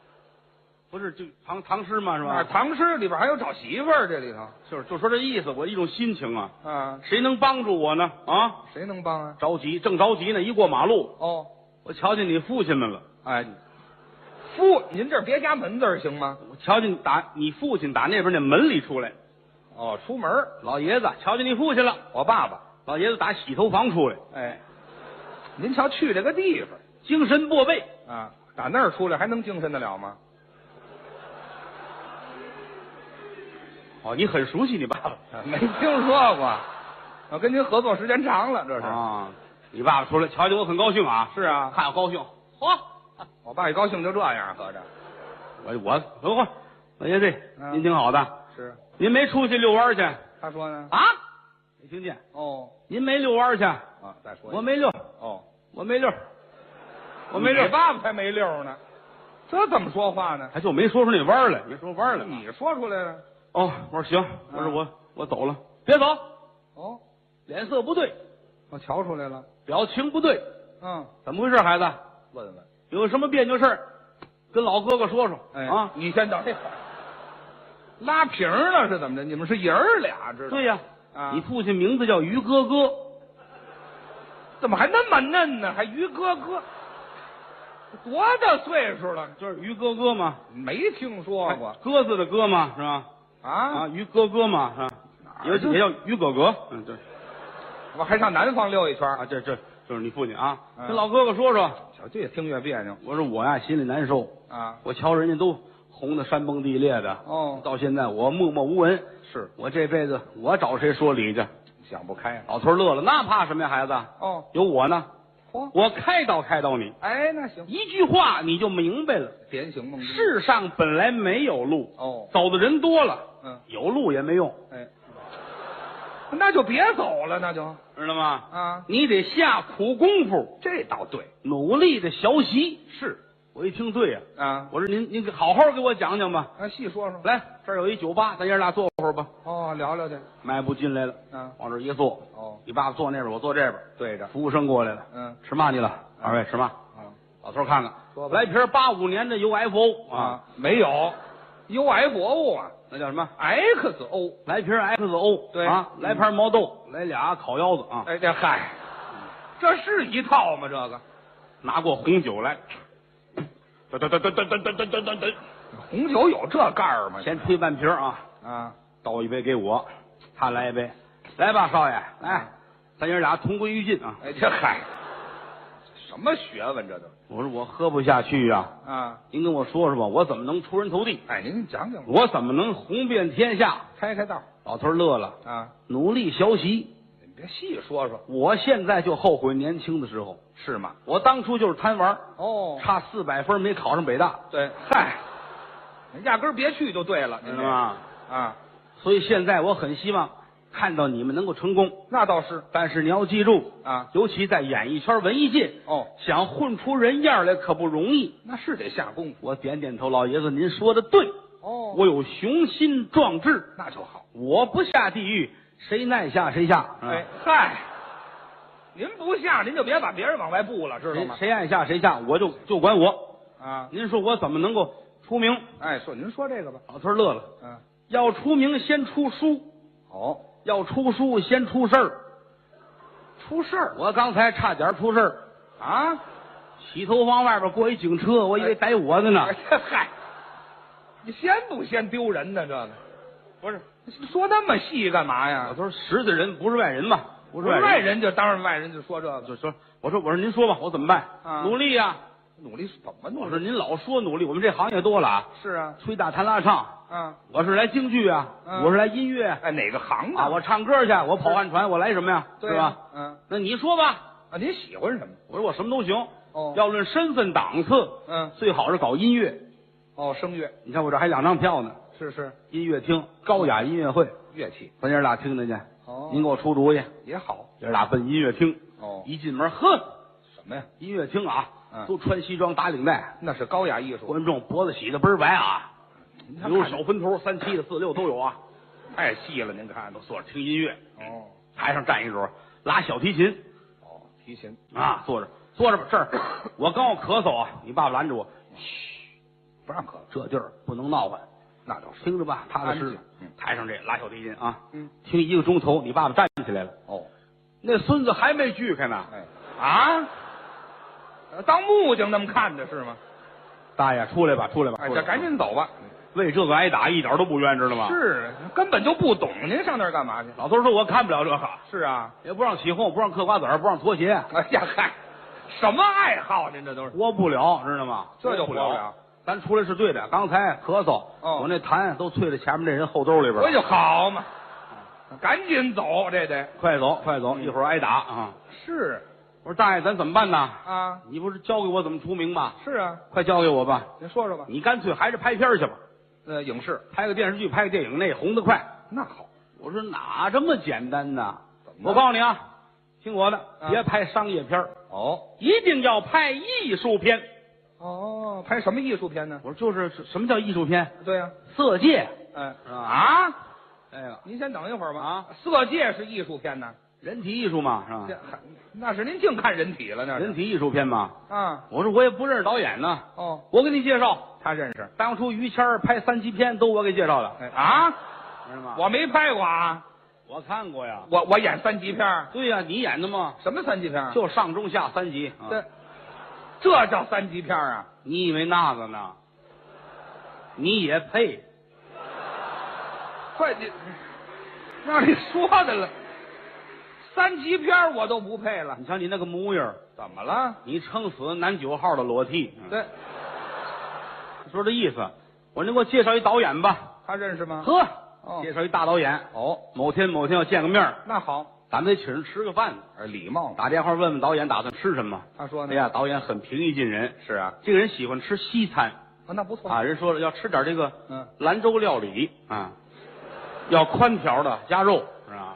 Speaker 6: 不是就唐唐诗嘛，是
Speaker 7: 哪儿
Speaker 6: 吧？
Speaker 7: 唐诗里边还有找媳妇儿这里头
Speaker 6: 就是就说这意思，我一种心情啊，
Speaker 7: 啊？
Speaker 6: 谁能帮助我呢？啊，
Speaker 7: 谁能帮啊？
Speaker 6: 着急，正着急呢，一过马路，
Speaker 7: 哦，
Speaker 6: 我瞧见你父亲们了，
Speaker 7: 哎，夫，您这儿别加门字儿行吗？
Speaker 6: 我瞧见你打你父亲打那边那门里出来，
Speaker 7: 哦，出门儿
Speaker 6: 老爷子瞧见你父亲了，
Speaker 7: 我爸爸，
Speaker 6: 老爷子打洗头房出来，
Speaker 7: 哎，您瞧去这个地方
Speaker 6: 精神过备，
Speaker 7: 啊，打那儿出来还能精神得了吗？
Speaker 6: 哦，你很熟悉你爸爸，
Speaker 7: 没听说过，我跟您合作时间长了，这是、
Speaker 6: 啊，你爸爸出来，瞧见我很高兴啊，
Speaker 7: 是啊，
Speaker 6: 看我高兴，嚯，
Speaker 7: 我爸一高兴就这样，合着
Speaker 6: 我我等会儿，老爷子，
Speaker 7: 嗯
Speaker 6: 您挺好的，
Speaker 7: 是。
Speaker 6: 您没出去遛弯儿去
Speaker 7: 他说呢？
Speaker 6: 啊？没听见？
Speaker 7: 哦
Speaker 6: 您没遛弯儿去？
Speaker 7: 啊，再说一
Speaker 6: 我
Speaker 7: 遍
Speaker 6: 没遛，
Speaker 7: 哦，
Speaker 6: 我没遛，我没
Speaker 7: 你
Speaker 6: 遛，
Speaker 7: 爸爸才没溜呢，这怎么说话呢？
Speaker 6: 他就没说出那弯儿来，没说弯儿来嘛。
Speaker 7: 你说出来了
Speaker 6: 哦，我说行，我说我我走了，别走，
Speaker 7: 哦，
Speaker 6: 脸色不对，
Speaker 7: 我瞧出来了，
Speaker 6: 表情不对，
Speaker 7: 嗯，
Speaker 6: 怎么回事？孩子，
Speaker 7: 问问，
Speaker 6: 有什么别扭事儿，跟老哥哥说说
Speaker 7: 哎
Speaker 6: 啊。
Speaker 7: 你先等一会儿，拉平了是怎么着？你们是爷儿俩知道？
Speaker 6: 对呀，
Speaker 7: 啊
Speaker 6: 你父亲名字叫于哥哥，
Speaker 7: 怎么还那么嫩呢？还于哥哥，多大岁数了？
Speaker 6: 就是于哥哥嘛，
Speaker 7: 没听说过
Speaker 6: 哎鸽子的鸽嘛，是吧？啊，
Speaker 7: 啊？
Speaker 6: 于哥哥嘛，是吧？
Speaker 7: 哪
Speaker 6: 也
Speaker 7: 儿
Speaker 6: 叫也叫于哥哥，嗯，对，
Speaker 7: 我还上南方溜一圈
Speaker 6: 啊，
Speaker 7: 儿，
Speaker 6: 这这就是你父亲啊，
Speaker 7: 嗯
Speaker 6: 跟老哥哥说说，
Speaker 7: 小弟听越别扭
Speaker 6: 我说我呀心里难受，
Speaker 7: 啊。
Speaker 6: 我瞧人家都红的山崩地裂的，
Speaker 7: 哦，
Speaker 6: 到现在我默默无闻，
Speaker 7: 是
Speaker 6: 我这辈子我找谁说理去？
Speaker 7: 想不开啊。
Speaker 6: 老头儿乐了，那怕什么呀，孩子？
Speaker 7: 哦，
Speaker 6: 有我呢，
Speaker 7: 嚯，
Speaker 6: 我开导开导你，
Speaker 7: 哎，那行，
Speaker 6: 一句话你就明白了。
Speaker 7: 点醒梦中人
Speaker 6: 世上本来没有路，
Speaker 7: 嗯哦，
Speaker 6: 走的人多了，
Speaker 7: 嗯，
Speaker 6: 有路也没用，
Speaker 7: 哎，那就别走了，那就
Speaker 6: 知道吗？
Speaker 7: 啊，
Speaker 6: 你得下苦功夫，
Speaker 7: 这倒对
Speaker 6: 努力的学习。是我一听对呀、
Speaker 7: 啊。
Speaker 6: 我说您您给好好给我讲讲吧。
Speaker 7: 那细说说
Speaker 6: 来，这儿有一酒吧，咱爷俩坐会儿吧。
Speaker 7: 哦，聊聊去
Speaker 6: 迈步进来了，
Speaker 7: 啊。
Speaker 6: 往这儿一坐，
Speaker 7: 哦，
Speaker 6: 你爸爸坐那边，我坐这边。
Speaker 7: 对着，
Speaker 6: 服务生过来了，
Speaker 7: 嗯
Speaker 6: 吃嘛去了？二位吃嘛？
Speaker 7: 啊
Speaker 6: 老头儿看看
Speaker 7: 说，吧
Speaker 6: 来瓶八五年的 UFO 啊，
Speaker 7: 啊，没有，UFO 啊
Speaker 6: 那叫什么？
Speaker 7: ，XO，
Speaker 6: 来瓶 XO，
Speaker 7: 对
Speaker 6: 啊，来盘毛豆，来俩烤腰子啊，
Speaker 7: 哎，这嗨，这是一套吗？这个
Speaker 6: 拿过红酒来，噔噔噔噔噔噔噔噔噔噔，
Speaker 7: 红酒有这盖儿吗？
Speaker 6: 先推半瓶啊，
Speaker 7: 啊，
Speaker 6: 倒一杯给我，他来一嗯杯，来吧，少爷，来，咱爷俩同归于尽啊！
Speaker 7: 哎，这嗨，什么学问这都
Speaker 6: 我说我喝不下去呀、
Speaker 7: 啊？
Speaker 6: 您跟我说说吧，我怎么能出人头地？
Speaker 7: 哎，您讲讲吧，
Speaker 6: 我怎么能红遍天下？
Speaker 7: 开开道
Speaker 6: 老头儿乐了，
Speaker 7: 啊，
Speaker 6: 努力学习。
Speaker 7: 你别细说说，
Speaker 6: 我现在就后悔年轻的时候，
Speaker 7: 是吗？
Speaker 6: 我当初就是贪玩儿，
Speaker 7: 哦，
Speaker 6: 差四百分没考上北大，
Speaker 7: 对，嗨，压根儿别去就对了，
Speaker 6: 知道？吗？
Speaker 7: 啊，
Speaker 6: 所以现在我很希望看到你们能够成功，
Speaker 7: 那倒是
Speaker 6: 但是你要记住，
Speaker 7: 啊，
Speaker 6: 尤其在演艺圈、文艺界，
Speaker 7: 哦，
Speaker 6: 想混出人样来可不容易。
Speaker 7: 那是得下功夫
Speaker 6: 我点点头，老爷子您说的对，
Speaker 7: 哦
Speaker 6: 我有雄心壮志，
Speaker 7: 那就好。
Speaker 6: 我不下地狱，谁耐下啊谁下。是吧
Speaker 7: 哎，，嗨，您不下，您就别把别人往外布了，知道吗
Speaker 6: 谁？谁爱下谁下，我就就管我。
Speaker 7: 啊，
Speaker 6: 您说我怎么能够出名？
Speaker 7: 哎，说您说这个吧，
Speaker 6: 老头儿乐了，
Speaker 7: 嗯，
Speaker 6: 要出名先出书，
Speaker 7: 好，
Speaker 6: 要出书先出事儿。
Speaker 7: 出事儿
Speaker 6: 我刚才差点出事儿。
Speaker 7: 啊？
Speaker 6: 洗头房外边过一警车，我以为逮我的呢
Speaker 7: 哎。呀嗨，你先不先丢人呢？这个
Speaker 6: 不是，
Speaker 7: 说那么细干嘛
Speaker 6: 我
Speaker 7: 呀？
Speaker 6: 说实在人不是外人嘛，不
Speaker 7: 不是外，人就当然外人就说这个，
Speaker 6: 就说我说我说您说吧，我怎么办？
Speaker 7: 啊
Speaker 6: 努力呀、
Speaker 7: 努力是怎么努
Speaker 6: 我
Speaker 7: 力？
Speaker 6: 说您老说努力，我们这行业多了啊，
Speaker 7: 是啊，
Speaker 6: 吹打弹拉唱，
Speaker 7: 啊，
Speaker 6: 我是来京剧啊，
Speaker 7: 嗯
Speaker 6: 我是来音乐
Speaker 7: 哎，哪个行
Speaker 6: 啊，我唱歌去，我跑旱船，我来什么呀？
Speaker 7: 对
Speaker 6: 是
Speaker 7: 啊
Speaker 6: 吧？？
Speaker 7: 嗯，
Speaker 6: 那你说吧，
Speaker 7: 啊，您喜欢什么？
Speaker 6: 我说我什么都行，
Speaker 7: 哦
Speaker 6: 要论身份档次，
Speaker 7: 嗯，
Speaker 6: 最好是搞音乐。
Speaker 7: 哦，声乐
Speaker 6: 你看我这还两张票呢，
Speaker 7: 是是
Speaker 6: 音乐厅高雅音乐会，
Speaker 7: 乐器，
Speaker 6: 咱爷俩听听去。
Speaker 7: 哦
Speaker 6: 您给我出主意，
Speaker 7: 也好
Speaker 6: 爷俩奔音乐厅。
Speaker 7: 哦。
Speaker 6: 一进门，呵，
Speaker 7: 什么呀？
Speaker 6: 音乐厅啊，
Speaker 7: 嗯
Speaker 6: 都穿西装打领带，
Speaker 7: 那是高雅艺术，
Speaker 6: 观众脖子洗的倍儿白啊，
Speaker 7: 您看
Speaker 6: 有
Speaker 7: 看
Speaker 6: 小分头、三七的、四六都有啊。
Speaker 7: 太细了，您看都
Speaker 6: 坐着听音乐，
Speaker 7: 哦
Speaker 6: 台上站一桌，拉小提琴
Speaker 7: 哦，提琴
Speaker 6: 啊，坐着坐着吧。这儿我刚要咳嗽啊，你爸爸拦着我，
Speaker 7: 不让磕，
Speaker 6: 这地儿不能闹唤，
Speaker 7: 那倒是
Speaker 6: 听着吧，踏踏实实
Speaker 7: 安静嗯。
Speaker 6: 台上这拉小提琴啊，
Speaker 7: 嗯
Speaker 6: 听一个钟头，你爸爸站起来了，
Speaker 7: 哦，
Speaker 6: 那孙子还没锯开呢。
Speaker 7: 哎，
Speaker 6: 啊，
Speaker 7: 呃当木匠那么看的是吗？
Speaker 6: 大爷出来吧，出来吧，
Speaker 7: 哎，
Speaker 6: 出来
Speaker 7: 这
Speaker 6: 吧
Speaker 7: 赶紧走吧。
Speaker 6: 为这个挨打一点都不冤，知道吗？
Speaker 7: 嗯是，根本就不懂，您上那儿干嘛去？
Speaker 6: 老头说：“我看不了这个，
Speaker 7: 是啊，
Speaker 6: 也不让起哄，不让嗑瓜子儿，不让脱鞋，
Speaker 7: 哎呀嗨，什么爱好？您这都是
Speaker 6: 活不了，知道吗？
Speaker 7: 这就
Speaker 6: 活
Speaker 7: 活
Speaker 6: 不
Speaker 7: 不了。
Speaker 6: 咱出来是对的，刚才咳嗽，
Speaker 7: 哦哎
Speaker 6: 我那痰都啐到前面这人后兜里边
Speaker 7: 我
Speaker 6: 了。
Speaker 7: 就好嘛，赶紧走，这得
Speaker 6: 快走，快走，一会儿挨打啊！
Speaker 7: 是
Speaker 6: 我说大爷，咱怎么办呢？
Speaker 7: 啊，
Speaker 6: 你不是教给我怎么出名吗？
Speaker 7: 是啊，
Speaker 6: 快教给我吧！
Speaker 7: 您说说吧。
Speaker 6: 你干脆还是拍片儿去吧，
Speaker 7: 呃，影视
Speaker 6: 拍个电视剧，拍个电影，那也红得快。”
Speaker 7: 那好，
Speaker 6: 我说哪这么简单呢？
Speaker 7: 怎么
Speaker 6: 我
Speaker 7: 了
Speaker 6: 告诉你啊，听我的，
Speaker 7: 啊
Speaker 6: 别拍商业片儿
Speaker 7: 哦
Speaker 6: 一定要拍艺术片。
Speaker 7: 哦，拍什么艺术片呢？
Speaker 6: 我说就是什什么叫艺术片？
Speaker 7: 对呀、
Speaker 6: 色戒
Speaker 7: 哎，
Speaker 6: 啊，哎呀，
Speaker 7: 您先等一会儿吧。
Speaker 6: 啊，
Speaker 7: 色戒是艺术片呢，
Speaker 6: 人体艺术嘛，是
Speaker 7: 这
Speaker 6: 吧？
Speaker 7: 那是您净看人体了，那是
Speaker 6: 人体艺术片嘛。
Speaker 7: 啊，
Speaker 6: 我说我也不认识导演呢，
Speaker 7: 哦，
Speaker 6: 我给你介绍，
Speaker 7: 他认识，
Speaker 6: 当初于谦儿拍三级片都我给介绍的，
Speaker 7: 哎啊，
Speaker 6: 知道吗？
Speaker 7: 我没拍过啊，
Speaker 6: 我看过呀。
Speaker 7: 我我演三级片儿
Speaker 6: 对呀，你演的嘛，
Speaker 7: 什么三级片儿啊
Speaker 6: 就上中下三集。啊
Speaker 7: 这这叫三级片儿啊？
Speaker 6: 你以为那个呢？你也配？
Speaker 7: 快你，让你说的了，三级片儿我都不配了，
Speaker 6: 你瞧你那个模样儿，
Speaker 7: 怎么了？
Speaker 6: 你撑死男九号的裸替，嗯
Speaker 7: 这
Speaker 6: 说这意思。我说你给我介绍一导演吧，
Speaker 7: 他认识吗？
Speaker 6: 呵
Speaker 7: 哦，
Speaker 6: 介绍一大导演。
Speaker 7: 哦，
Speaker 6: 某天某天要见个面儿，
Speaker 7: 那好，
Speaker 6: 咱们得请人吃个饭，
Speaker 7: 呃礼貌。
Speaker 6: 打电话问问导演打算吃什么。
Speaker 7: 他说呢
Speaker 6: 哎呀，导演很平易近人，
Speaker 7: 是啊，
Speaker 6: 这个人喜欢吃西餐
Speaker 7: 啊那不错
Speaker 6: 啊，人说了要吃点这个
Speaker 7: 嗯
Speaker 6: 兰州料理啊，要宽条的加肉是吧？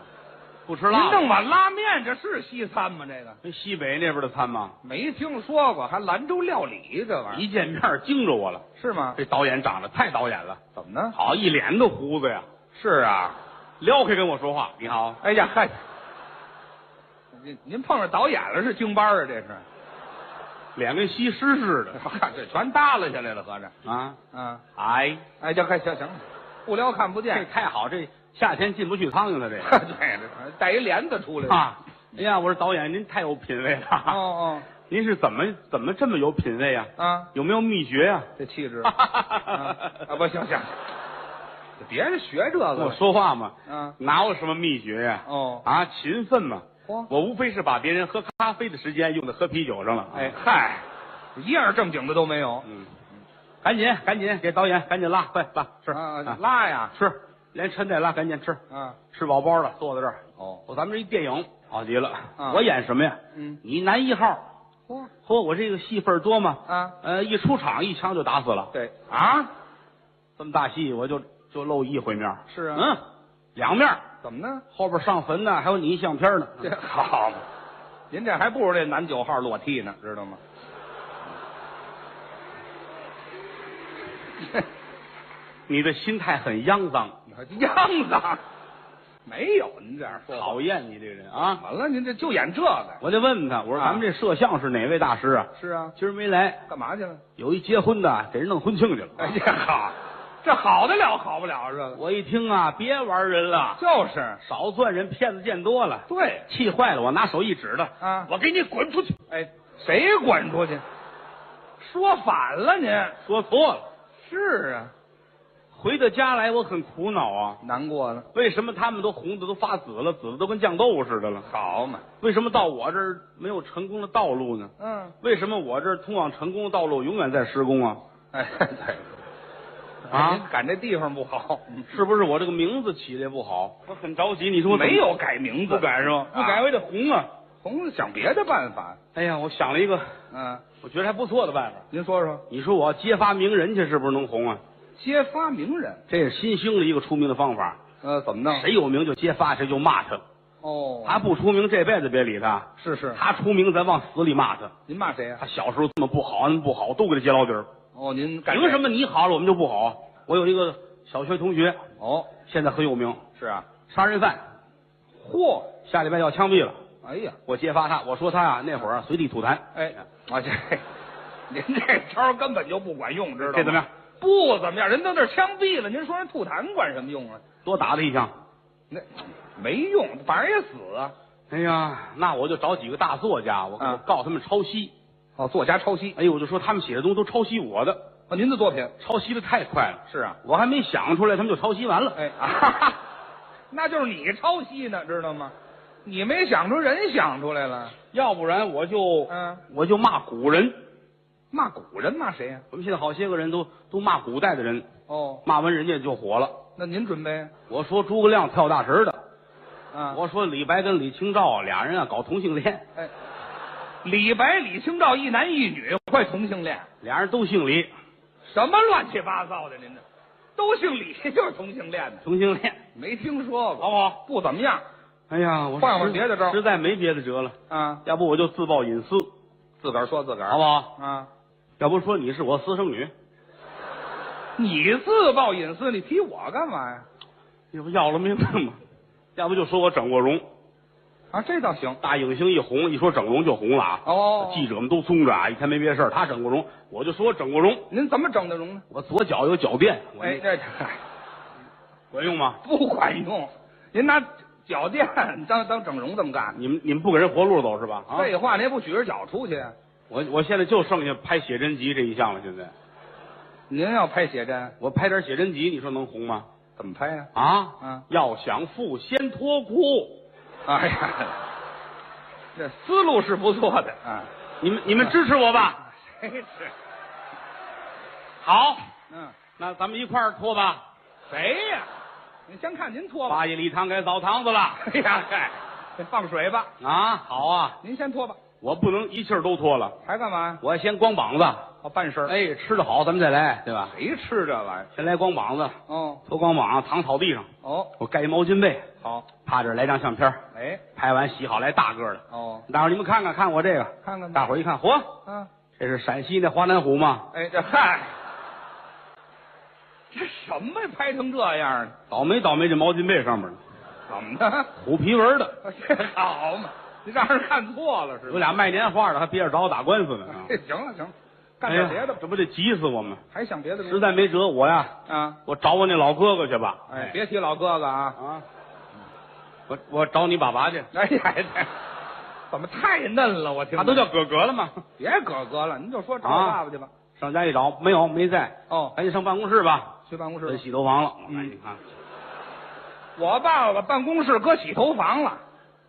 Speaker 6: 不吃
Speaker 7: 您
Speaker 6: 辣的
Speaker 7: 弄。碗拉面，这是西餐吗？这个
Speaker 6: 跟西北那边的餐吗？
Speaker 7: 没听说过，还兰州料理这玩意
Speaker 6: 一见面儿惊着我了，
Speaker 7: 儿是吗？
Speaker 6: 这导演长得太导演了，
Speaker 7: 怎么呢？
Speaker 6: 好一脸的胡子呀，
Speaker 7: 是啊，
Speaker 6: 撩开跟我说话，你好，
Speaker 7: 哎呀嗨，您您碰上导演了是京班儿啊？这是，
Speaker 6: 脸跟西施似的
Speaker 7: 嗨这全耷拉下来了，合着。
Speaker 6: 啊！
Speaker 7: 啊，
Speaker 6: 哎，
Speaker 7: 哎，这快行行了，不撩看不
Speaker 6: 这
Speaker 7: 见。
Speaker 6: 太好，这夏天进不去苍蝇的这 个
Speaker 7: 对，这带一帘子出来。
Speaker 6: 啊！哎呀，我说导演，您太有品位了，
Speaker 7: 哦哦
Speaker 6: 您是怎么怎么这么有品位啊？
Speaker 7: 啊，
Speaker 6: 有没有秘诀呀、
Speaker 7: 这气 质
Speaker 6: 啊？
Speaker 7: 啊，不行行，别人学这个
Speaker 6: 我
Speaker 7: 了
Speaker 6: 说话嘛，
Speaker 7: 啊，
Speaker 6: 哪有什么秘诀呀、
Speaker 7: 哦，
Speaker 6: 啊，勤奋嘛，
Speaker 7: 嚯
Speaker 6: 我无非是把别人喝咖啡的时间用在喝啤酒上了。
Speaker 7: 哎，嗨，一样正经的都没有。
Speaker 6: 嗯，赶紧赶紧给导演赶紧拉，快拉吃
Speaker 7: 啊，
Speaker 6: 啊
Speaker 7: 拉呀，
Speaker 6: 吃，连抻带拉，赶紧吃，
Speaker 7: 啊，
Speaker 6: 吃饱饱的坐在这儿。
Speaker 7: 哦，
Speaker 6: 哦，咱们这一电影好极了，
Speaker 7: 啊
Speaker 6: 我演什么呀？
Speaker 7: 嗯，
Speaker 6: 你男一号，
Speaker 7: 嚯
Speaker 6: 嚯，我这个戏份儿多吗？
Speaker 7: 啊，
Speaker 6: 呃，一出场一枪就打死了。
Speaker 7: 对，
Speaker 6: 啊，这么大戏我就就露一回面儿。
Speaker 7: 是啊
Speaker 6: 嗯，两面儿，
Speaker 7: 怎么呢？
Speaker 6: 后边上坟呢，还有你一相片呢。
Speaker 7: 这好，您这还不如这男九号裸替呢，知道吗？
Speaker 6: 你的心态很肮 脏，
Speaker 7: 啊样子没有，您这样说
Speaker 6: 讨厌你这人啊！
Speaker 7: 完了，您这就演这个。
Speaker 6: 我得问问他，我说
Speaker 7: 啊
Speaker 6: 咱们这摄像是哪位大师啊？
Speaker 7: 是啊，
Speaker 6: 今儿没来，
Speaker 7: 干嘛去了？
Speaker 6: 有一结婚的给人弄婚庆去了。
Speaker 7: 哎呀，好，这好得了，好不了啊这个。
Speaker 6: 我一听啊，别玩人了，
Speaker 7: 就是，
Speaker 6: 少算人，骗子见多了，
Speaker 7: 对，
Speaker 6: 气坏了，我拿手一指他，
Speaker 7: 啊
Speaker 6: 我给你滚出去！
Speaker 7: 哎，谁滚出去？说反了您，
Speaker 6: 说错了，
Speaker 7: 是啊，
Speaker 6: 回到家来我很苦恼啊，
Speaker 7: 难过了。
Speaker 6: 为什么他们都红的都发紫了，紫的都跟酱豆腐似的了？
Speaker 7: 好嘛，
Speaker 6: 为什么到我这儿没有成功的道路呢？
Speaker 7: 嗯，
Speaker 6: 为什么我这儿通往成功的道路永远在施工啊？
Speaker 7: 哎，对，
Speaker 6: 啊
Speaker 7: 您赶这地方不好，
Speaker 6: 是不是我这个名字起的也不好？我很着急，你说我怎么
Speaker 7: 没有改名字，
Speaker 6: 不改是吧？不
Speaker 7: 啊
Speaker 6: 改我也得红啊！
Speaker 7: 红了想别的办法。
Speaker 6: 哎呀，我想了一个
Speaker 7: 嗯，
Speaker 6: 我觉得还不错的办法。
Speaker 7: 您说说，
Speaker 6: 你说我要揭发名人去，是不是能红啊？
Speaker 7: 揭发名人，
Speaker 6: 这是新兴的一个出名的方法，
Speaker 7: 呃，怎么弄？
Speaker 6: 谁有名就揭发，谁就骂他。
Speaker 7: 哦，
Speaker 6: 他不出名，这辈子别理他；
Speaker 7: 是是，
Speaker 6: 他出名，咱往死里骂他。
Speaker 7: 您骂谁啊呀、
Speaker 6: 他小时候这么不好，那么不好，都给他揭老底儿。
Speaker 7: 哦，您改
Speaker 6: 凭什？么你好了，我们就不好？我有一个小学同学，
Speaker 7: 哦，
Speaker 6: 现在很有名，
Speaker 7: 是啊，
Speaker 6: 杀人犯，
Speaker 7: 嚯，
Speaker 6: 下礼拜要枪毙了。
Speaker 7: 哎呀，
Speaker 6: 我揭发他，我说他啊，那会儿啊随地吐痰。
Speaker 7: 哎，啊这，您这招儿根本就不管用，知道吗？
Speaker 6: 这怎么样？
Speaker 7: 不怎么样，人都那儿枪毙了，您说人吐痰管什么用啊？
Speaker 6: 多打他一枪。
Speaker 7: 那没用，反正也死啊。
Speaker 6: 哎呀，那我就找几个大作家，我
Speaker 7: 啊
Speaker 6: 我告他们抄袭。
Speaker 7: 哦，作家抄袭
Speaker 6: 哎呦，我就说他们写的东西都抄袭我的，
Speaker 7: 啊，您的作品
Speaker 6: 抄袭的太快了。
Speaker 7: 是啊，
Speaker 6: 我还没想出来，他们就抄袭完了。
Speaker 7: 哎 啊，那就是你抄袭呢，知道吗？你没想出，人想出来了。
Speaker 6: 要不然我就、
Speaker 7: 嗯
Speaker 6: 我就骂古人。
Speaker 7: 骂古人骂谁呀、
Speaker 6: 我们现在好些个人都都骂古代的人，
Speaker 7: 哦，
Speaker 6: 骂完人家就火了。
Speaker 7: 那您准备
Speaker 6: 我说诸葛亮跳大神的，
Speaker 7: 啊？
Speaker 6: 我说李白跟李清照俩人啊搞同性恋，
Speaker 7: 哎，李白、李清照一男一女会同性恋，
Speaker 6: 俩人都姓李，
Speaker 7: 什么乱七八糟的？您这都姓李 就是同性恋的，
Speaker 6: 同性恋。
Speaker 7: 没听说过，
Speaker 6: 好不好
Speaker 7: 不怎么样
Speaker 6: 哎呀，我
Speaker 7: 换换
Speaker 6: 实
Speaker 7: 别的招儿
Speaker 6: 实在没别的辙了，
Speaker 7: 啊。
Speaker 6: 要不我就自曝隐私，
Speaker 7: 自个儿说自个儿
Speaker 6: 好不好？
Speaker 7: 啊，
Speaker 6: 要不说你是我私生女，
Speaker 7: 你自曝隐私，你提我干嘛呀？
Speaker 6: 你不要了命了吗？要不就说我整过容，
Speaker 7: 啊，这倒行。
Speaker 6: 大影星一红，一说整容就红了啊。
Speaker 7: 哦
Speaker 6: 记者们都松着啊，一天没别的事儿他整过容，我就说我整过容，
Speaker 7: 您怎么整的容呢？
Speaker 6: 我左脚有 脚垫，我
Speaker 7: 哎，
Speaker 6: 那
Speaker 7: 这
Speaker 6: 管用吗？
Speaker 7: 不管用。您拿脚垫当当整容这么干。
Speaker 6: 你们你们不给人活路走是吧？啊，
Speaker 7: 废话，你也不许着脚出去。啊
Speaker 6: 我我现在就剩下拍写真集这一项了，现在
Speaker 7: 您要拍写真，
Speaker 6: 我拍点写真集，你说能红吗？
Speaker 7: 怎么拍呀、
Speaker 6: 啊，
Speaker 7: 嗯
Speaker 6: 要想富先脱裤。
Speaker 7: 哎呀，这思路是不错的 啊。
Speaker 6: 你们你们支持我吧？
Speaker 7: 谁是？
Speaker 6: 好，
Speaker 7: 嗯，
Speaker 6: 那咱们一块儿脱吧。
Speaker 7: 谁呀、您先看您脱吧。
Speaker 6: 八爷礼堂该澡堂子了
Speaker 7: 哎呀，嗨，这放水吧，
Speaker 6: 啊！好啊，
Speaker 7: 您先脱吧。
Speaker 6: 我不能一气儿都脱了，
Speaker 7: 还干嘛呀？
Speaker 6: 我先光膀子。
Speaker 7: 哦，办事儿。，
Speaker 6: 哎，吃的好咱们再来，对吧？
Speaker 7: 谁吃这玩意儿？
Speaker 6: 先来光膀子，
Speaker 7: 哦
Speaker 6: 脱光膀子躺草地上，
Speaker 7: 哦，
Speaker 6: 我盖一毛巾被，
Speaker 7: 好，
Speaker 6: 趴这儿来张相片儿，
Speaker 7: 哎
Speaker 6: 拍完洗好来大个儿的。
Speaker 7: 哦，
Speaker 6: 大伙儿你们看看，看我这个，
Speaker 7: 看看吧
Speaker 6: 大伙儿一看，嚯，
Speaker 7: 嗯，
Speaker 6: 这是陕西那华南虎吗？
Speaker 7: 哎这嗨，这什么呀？拍成这样呢？
Speaker 6: 倒霉倒霉，这毛巾被上面呢，
Speaker 7: 怎么的？
Speaker 6: 虎皮纹的，
Speaker 7: 这好嘛，你让人看错了是
Speaker 6: 有
Speaker 7: 吧？
Speaker 6: 俩卖年画的，还憋着找我打官司呢。啊
Speaker 7: 哎行了行了， 干
Speaker 6: 哎
Speaker 7: 点
Speaker 6: 呀，
Speaker 7: 别的吧，
Speaker 6: 这不得急死我们？
Speaker 7: 还想别的
Speaker 6: 实
Speaker 7: 东西
Speaker 6: 在没辙，我呀，
Speaker 7: 啊？
Speaker 6: 我找我那老哥哥去吧。
Speaker 7: 哎，别提老哥哥啊！
Speaker 6: 啊，我我找你爸爸去，
Speaker 7: 哎呀，哎怎么太嫩了？我听着
Speaker 6: 他啊都叫哥哥了吗？
Speaker 7: 别哥哥了，您就说找我
Speaker 6: 啊
Speaker 7: 爸爸去吧。
Speaker 6: 上家一找，没有，没在。
Speaker 7: 哦，
Speaker 6: 赶紧上办公室吧，
Speaker 7: 去办公室吧
Speaker 6: 奔。洗头房了。啊我
Speaker 7: 嗯
Speaker 6: 赶紧看，
Speaker 7: 我爸爸办公室搁洗头房了，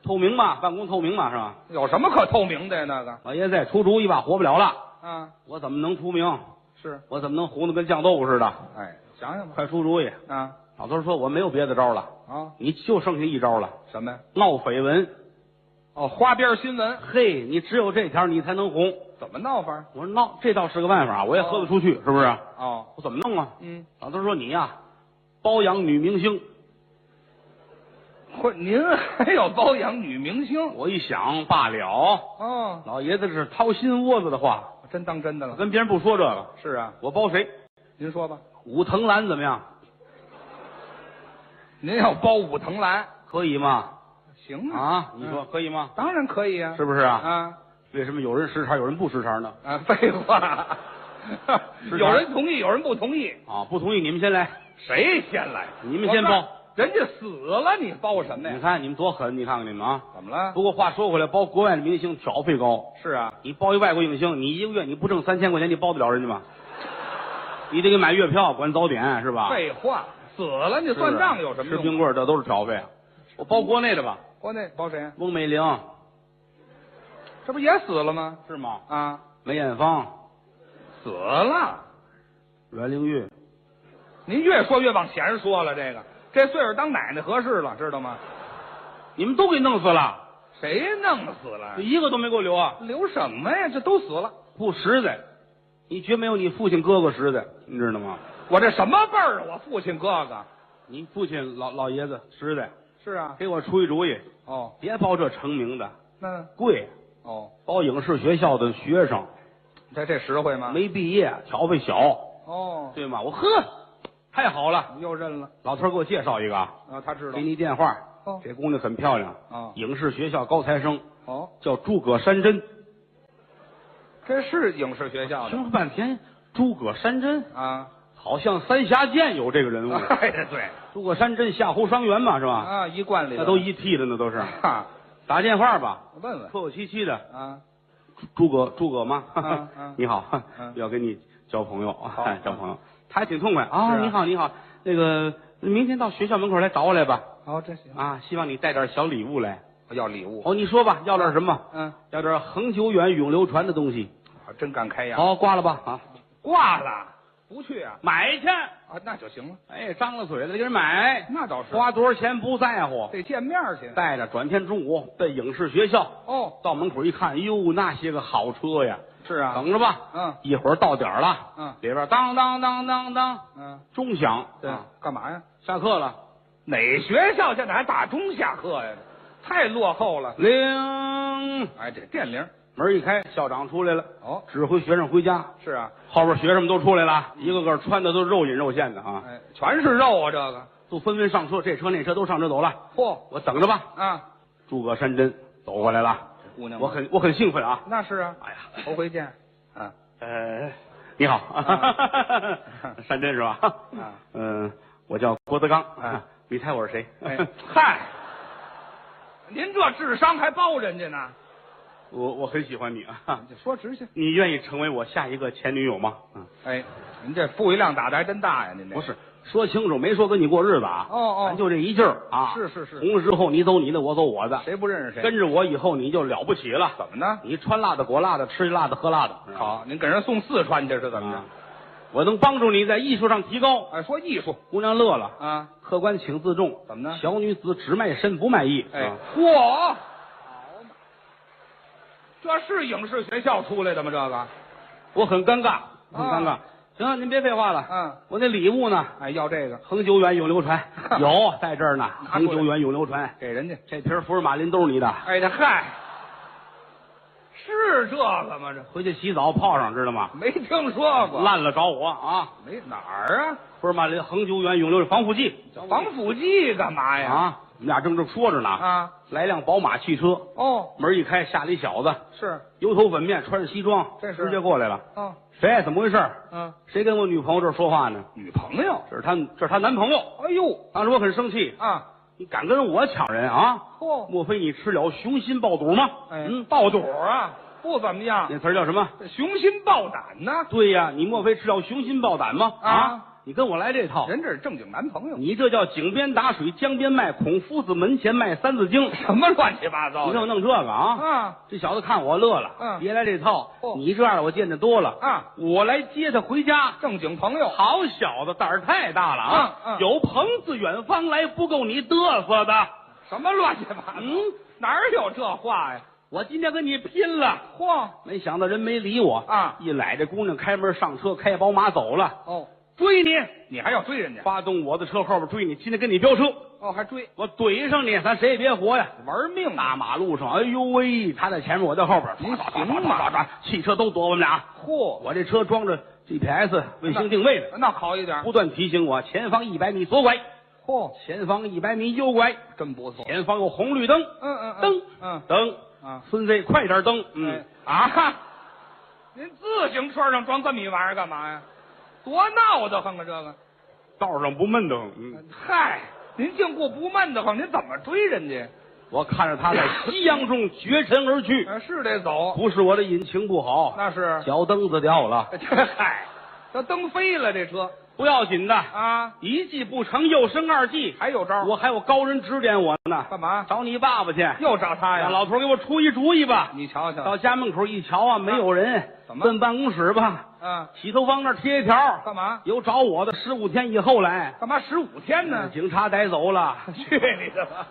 Speaker 6: 透明吧，办公透明吧，是吧？
Speaker 7: 有什么可透明的呀？那个
Speaker 6: 老爷子出主意吧，活不了了。
Speaker 7: 啊，
Speaker 6: 我怎么能出名？
Speaker 7: 是，
Speaker 6: 我怎么能糊弄跟酱豆腐似的？
Speaker 7: 哎，想想吧，
Speaker 6: 快出主意！
Speaker 7: 啊
Speaker 6: 老头说我没有别的招了，
Speaker 7: 啊，
Speaker 6: 你就剩下一招了，
Speaker 7: 什么呀？
Speaker 6: 闹绯闻。
Speaker 7: 哦，花边新闻
Speaker 6: 嘿，你只有这条你才能红。
Speaker 7: 怎么闹法？
Speaker 6: 我说闹，这倒是个办法，我也喝得出去，是不是？
Speaker 7: 哦，
Speaker 6: 我怎么弄啊？
Speaker 7: 嗯，
Speaker 6: 老头说你呀、包养女明星。
Speaker 7: 或您还有包养女明星
Speaker 6: 我一想罢了，
Speaker 7: 哦，
Speaker 6: 老爷子是掏心窝子的话，
Speaker 7: 真当真的
Speaker 6: 我
Speaker 7: 了？
Speaker 6: 跟别人不说这个。
Speaker 7: 是啊，
Speaker 6: 我包谁？
Speaker 7: 您说吧，
Speaker 6: 武藤兰怎么样？
Speaker 7: 您要包武藤兰，
Speaker 6: 可以吗？
Speaker 7: 行啊，
Speaker 6: 啊，你说可以吗？
Speaker 7: 当然可以啊，
Speaker 6: 是不是啊？
Speaker 7: 啊
Speaker 6: 为什么有人识茬，有人不识茬呢？
Speaker 7: 啊，废话，
Speaker 6: 是
Speaker 7: 有人同意，有人不同意，
Speaker 6: 啊，不同意你们先来。
Speaker 7: 谁先来？
Speaker 6: 你们先包，
Speaker 7: 人家死了，你包什么
Speaker 6: 你
Speaker 7: 呀？
Speaker 6: 看你们多狠，你看看你们啊！
Speaker 7: 怎么了？
Speaker 6: 不过话说回来，包国外的明星挑费高。
Speaker 7: 是啊，
Speaker 6: 你包一外国影星，你一个月你不挣三千块钱，你包得了人家吗？你得给买月票，管早点是吧？
Speaker 7: 废话，死了你
Speaker 6: 是不啊是啊
Speaker 7: 算账有什么
Speaker 6: 吃冰
Speaker 7: 用？啊
Speaker 6: 棍儿这都是挑费。啊我包国内的吧，
Speaker 7: 国内包谁啊？
Speaker 6: 翁美玲
Speaker 7: 这不也死了吗？
Speaker 6: 是吗？
Speaker 7: 啊，
Speaker 6: 梅艳芳、
Speaker 7: 死了！
Speaker 6: 阮玲玉，
Speaker 7: 您越说越往前说了，这个这岁数当奶奶合适了，知道吗？
Speaker 6: 你们都给弄死了，
Speaker 7: 谁弄死了
Speaker 6: 就？一个都没给我留啊！
Speaker 7: 留什么呀？这都死了，
Speaker 6: 不实在，你绝没有你父亲哥哥实在，你知道吗？
Speaker 7: 我这什么辈儿啊？我父亲哥哥
Speaker 6: 你父亲老老爷子实在，
Speaker 7: 是啊，
Speaker 6: 给我出一主意，
Speaker 7: 哦，
Speaker 6: 别包这成名的，
Speaker 7: 那
Speaker 6: 贵，啊
Speaker 7: 哦，
Speaker 6: 包影视学校的学生，
Speaker 7: 这这实惠吗？
Speaker 6: 没毕业，挑费小，
Speaker 7: 哦，
Speaker 6: 对吗？我呵，太好了，
Speaker 7: 又认了
Speaker 6: 老头儿给我介绍一个啊，
Speaker 7: 啊，他知道
Speaker 6: 给你电话
Speaker 7: 哦，
Speaker 6: 这姑娘很漂亮，
Speaker 7: 哦
Speaker 6: 影视学校高材生，
Speaker 7: 哦，
Speaker 6: 叫诸葛山珍，
Speaker 7: 这是影视学校的
Speaker 6: 听了半天，诸葛山珍
Speaker 7: 啊，
Speaker 6: 好像三峡剑有这个人物，
Speaker 7: 哎，对
Speaker 6: 诸葛山珍夏侯伤员嘛，是吧？
Speaker 7: 啊，一贯里
Speaker 6: 那都一替的呢，都是
Speaker 7: 哈，
Speaker 6: 打电话吧，
Speaker 7: 我问问
Speaker 6: 客客气气的，
Speaker 7: 啊，
Speaker 6: 诸葛诸葛妈，
Speaker 7: 嗯嗯
Speaker 6: 你好
Speaker 7: 嗯，
Speaker 6: 要跟你交朋友，哎
Speaker 7: 好嗯
Speaker 6: 交朋友，他还挺痛快啊
Speaker 7: 是啊
Speaker 6: 你好，你好，那个明天到学校门口来找我来吧，
Speaker 7: 好，这行，
Speaker 6: 啊，希望你带点小礼物来。
Speaker 7: 我要礼物，
Speaker 6: 哦，你说吧，要点什么？
Speaker 7: 嗯，
Speaker 6: 要点恒久远、永流传的东西。
Speaker 7: 好啊真敢开哎呀，
Speaker 6: 好，挂了吧啊，
Speaker 7: 挂了，不去啊，
Speaker 6: 买去。
Speaker 7: 啊，那就行了，
Speaker 6: 哎，张了嘴了，给人买，
Speaker 7: 那倒是，
Speaker 6: 花多少钱不在乎。
Speaker 7: 得见面去，
Speaker 6: 带着，转天中午奔影视学校，
Speaker 7: 哦，
Speaker 6: 到门口一看，哟，那些个好车呀！
Speaker 7: 是啊，
Speaker 6: 等着吧，
Speaker 7: 嗯
Speaker 6: 一会儿到点儿了，
Speaker 7: 嗯
Speaker 6: 里边当当当当当
Speaker 7: 嗯，
Speaker 6: 钟响，
Speaker 7: 对
Speaker 6: 啊，
Speaker 7: 干嘛呀？
Speaker 6: 下课了，
Speaker 7: 哪学校现在还打钟下课呀？太落后了，
Speaker 6: 铃，
Speaker 7: 哎，这电铃，
Speaker 6: 门一开，校长出来了，
Speaker 7: 哦，
Speaker 6: 指挥学生回家，
Speaker 7: 是啊，
Speaker 6: 后边学生们都出来了，一个个穿的都肉隐肉现的啊，
Speaker 7: 嗯哎，全是肉啊，这个，
Speaker 6: 都纷纷上车，这车那车都上车走了，
Speaker 7: 嚯，
Speaker 6: 我等着吧。
Speaker 7: 啊，
Speaker 6: 诸葛山珍走过来了，
Speaker 7: 姑娘，
Speaker 6: 我很我很兴奋啊！
Speaker 7: 那是啊，
Speaker 6: 哎呀，
Speaker 7: 头回见，啊，
Speaker 6: 呃，你好，
Speaker 7: 啊
Speaker 6: 山珍是吧？
Speaker 7: 啊
Speaker 6: 嗯，我叫郭德纲
Speaker 7: 啊，哎
Speaker 6: 你猜我是谁？
Speaker 7: 哎，嗨，您这智商还包人家呢？
Speaker 6: 我我很喜欢你啊，
Speaker 7: 就说直些。
Speaker 6: 你愿意成为我下一个前女友吗？嗯，
Speaker 7: 哎，您这富一量打的还真大呀，您这
Speaker 6: 不是，说清楚，没说跟你过日子啊。
Speaker 7: 哦哦
Speaker 6: 咱就这一劲儿啊。
Speaker 7: 是是是
Speaker 6: 从之后你走你的，我走我的，
Speaker 7: 谁不认识谁？
Speaker 6: 跟着我以后你就了不起了。
Speaker 7: 怎么呢？嗯
Speaker 6: 你穿辣的，裹辣的，吃辣的，喝辣的。
Speaker 7: 好，您给人送四川去是怎么
Speaker 6: 啊
Speaker 7: 着？
Speaker 6: 我能帮助你在艺术上提高。
Speaker 7: 嗯哎，说艺术
Speaker 6: 姑娘乐了，
Speaker 7: 啊，
Speaker 6: 客官请自重。
Speaker 7: 怎么呢
Speaker 6: 小女子只卖身不卖艺。
Speaker 7: 哎
Speaker 6: 啊，
Speaker 7: 嚯，好嘛，这是影视学校出来的吗？这个，
Speaker 6: 我很尴尬，很尴尬。行了，您别废话了。
Speaker 7: 啊嗯，
Speaker 6: 我那礼物呢？
Speaker 7: 哎，要这个，
Speaker 6: 恒久远永流 传有在这儿呢。
Speaker 7: 拿
Speaker 6: 恒
Speaker 7: 过来
Speaker 6: 久远永流传，
Speaker 7: 给人家。
Speaker 6: 这瓶福尔马林都是你的。
Speaker 7: 哎，这嗨，是这个吗？这
Speaker 6: 回去洗澡泡上，知道吗？
Speaker 7: 没听说过，
Speaker 6: 烂了找我啊！
Speaker 7: 没哪儿啊？
Speaker 6: 福尔马林恒久远永流传防腐剂
Speaker 7: 防腐剂干嘛哎呀？
Speaker 6: 啊！我们俩正正说着呢，
Speaker 7: 啊，
Speaker 6: 来辆宝马汽车，
Speaker 7: 哦，
Speaker 6: 门一开下来一小子，
Speaker 7: 是，
Speaker 6: 油头粉面，穿着西装，
Speaker 7: 这是
Speaker 6: 直接过来了。
Speaker 7: 哦，
Speaker 6: 谁？怎么回事？
Speaker 7: 嗯，
Speaker 6: 谁跟我女朋友这儿说话呢？
Speaker 7: 女朋友。
Speaker 6: 这是她，这是她男朋友。
Speaker 7: 哎呦，
Speaker 6: 当时我很生气，
Speaker 7: 啊，
Speaker 6: 你敢跟我抢人啊？
Speaker 7: 嚯，
Speaker 6: 莫非你吃了雄心豹肚吗？
Speaker 7: 哦哎，
Speaker 6: 嗯，
Speaker 7: 爆肚啊，不怎么样，
Speaker 6: 那词儿叫什么？
Speaker 7: 这雄心豹胆呐、
Speaker 6: 对呀，你莫非吃了雄心豹胆吗？
Speaker 7: 啊
Speaker 6: 你跟我来这套，
Speaker 7: 人这是正经男朋友，
Speaker 6: 你这叫井边打水，江边卖，孔夫子门前卖《三字经》。
Speaker 7: 什么乱七八糟
Speaker 6: 你给我
Speaker 7: 的？
Speaker 6: 弄这个啊！
Speaker 7: 啊，
Speaker 6: 这小子看我乐了，
Speaker 7: 嗯
Speaker 6: 别来这套。
Speaker 7: 哦
Speaker 6: 你这样的我见得多了
Speaker 7: 啊！
Speaker 6: 我来接他回家。
Speaker 7: 正经朋友，
Speaker 6: 好小子，胆儿太大了啊！
Speaker 7: 嗯嗯
Speaker 6: 有朋自远方来，不够你嘚瑟的。
Speaker 7: 什么乱七八糟？
Speaker 6: 嗯，
Speaker 7: 哪儿有这话呀？
Speaker 6: 我今天跟你拼了！
Speaker 7: 嚯，
Speaker 6: 没想到人没理我
Speaker 7: 啊
Speaker 6: 一来这姑娘开门上车，开宝马走了，
Speaker 7: 哦，
Speaker 6: 追你，
Speaker 7: 你还要追人家？
Speaker 6: 发动我的车后边追你，今天跟你飙车，
Speaker 7: 哦，还追，
Speaker 6: 我怼上你，咱谁也别活呀！
Speaker 7: 玩命啊
Speaker 6: 大！马路上，哎呦喂，他在前面，我在后边，
Speaker 7: 您
Speaker 6: 唰唰唰
Speaker 7: 行吗
Speaker 6: 唰唰唰汽车都躲我们俩，
Speaker 7: 嚯，
Speaker 6: 我这车装着 GPS 卫星定位的，
Speaker 7: 那好一点
Speaker 6: 不。断提醒我前方一百米左拐，
Speaker 7: 嚯，
Speaker 6: 前方一百米右拐，
Speaker 7: 真不错。
Speaker 6: 前方有红绿灯，
Speaker 7: 嗯哦嗯嗯
Speaker 6: 灯，
Speaker 7: 嗯
Speaker 6: 灯，
Speaker 7: 嗯
Speaker 6: 孙子快点蹬，嗯
Speaker 7: 啊哈，您自行车上装这么一玩意儿干嘛呀？多闹得慌啊！这个，
Speaker 6: 道上不闷得慌，嗯，
Speaker 7: 嗨，您净顾不闷得慌，您怎么追人家？
Speaker 6: 我看着他在夕阳中绝尘而去，
Speaker 7: 呃是得走，
Speaker 6: 不是我的引擎不好，
Speaker 7: 那是
Speaker 6: 脚蹬子掉 了，
Speaker 7: 这 嗨，这蹬飞了这车
Speaker 6: 不要紧的，
Speaker 7: 啊，
Speaker 6: 一计不成又生二计，
Speaker 7: 还有招儿
Speaker 6: 我还有高人指点我呢，
Speaker 7: 干嘛？
Speaker 6: 找你爸爸去，
Speaker 7: 又找他呀？
Speaker 6: 让老头给我出一主意吧。
Speaker 7: 你瞧瞧
Speaker 6: 到，家门口一瞧啊，没有人，
Speaker 7: 怎么
Speaker 6: 奔办公室吧？
Speaker 7: 啊，
Speaker 6: 洗头房那儿贴一条，
Speaker 7: 干嘛？嗯
Speaker 6: 有找我的，十五天以后来。
Speaker 7: 干嘛十五天呢？
Speaker 6: 警察逮走了，
Speaker 7: 去你的吧！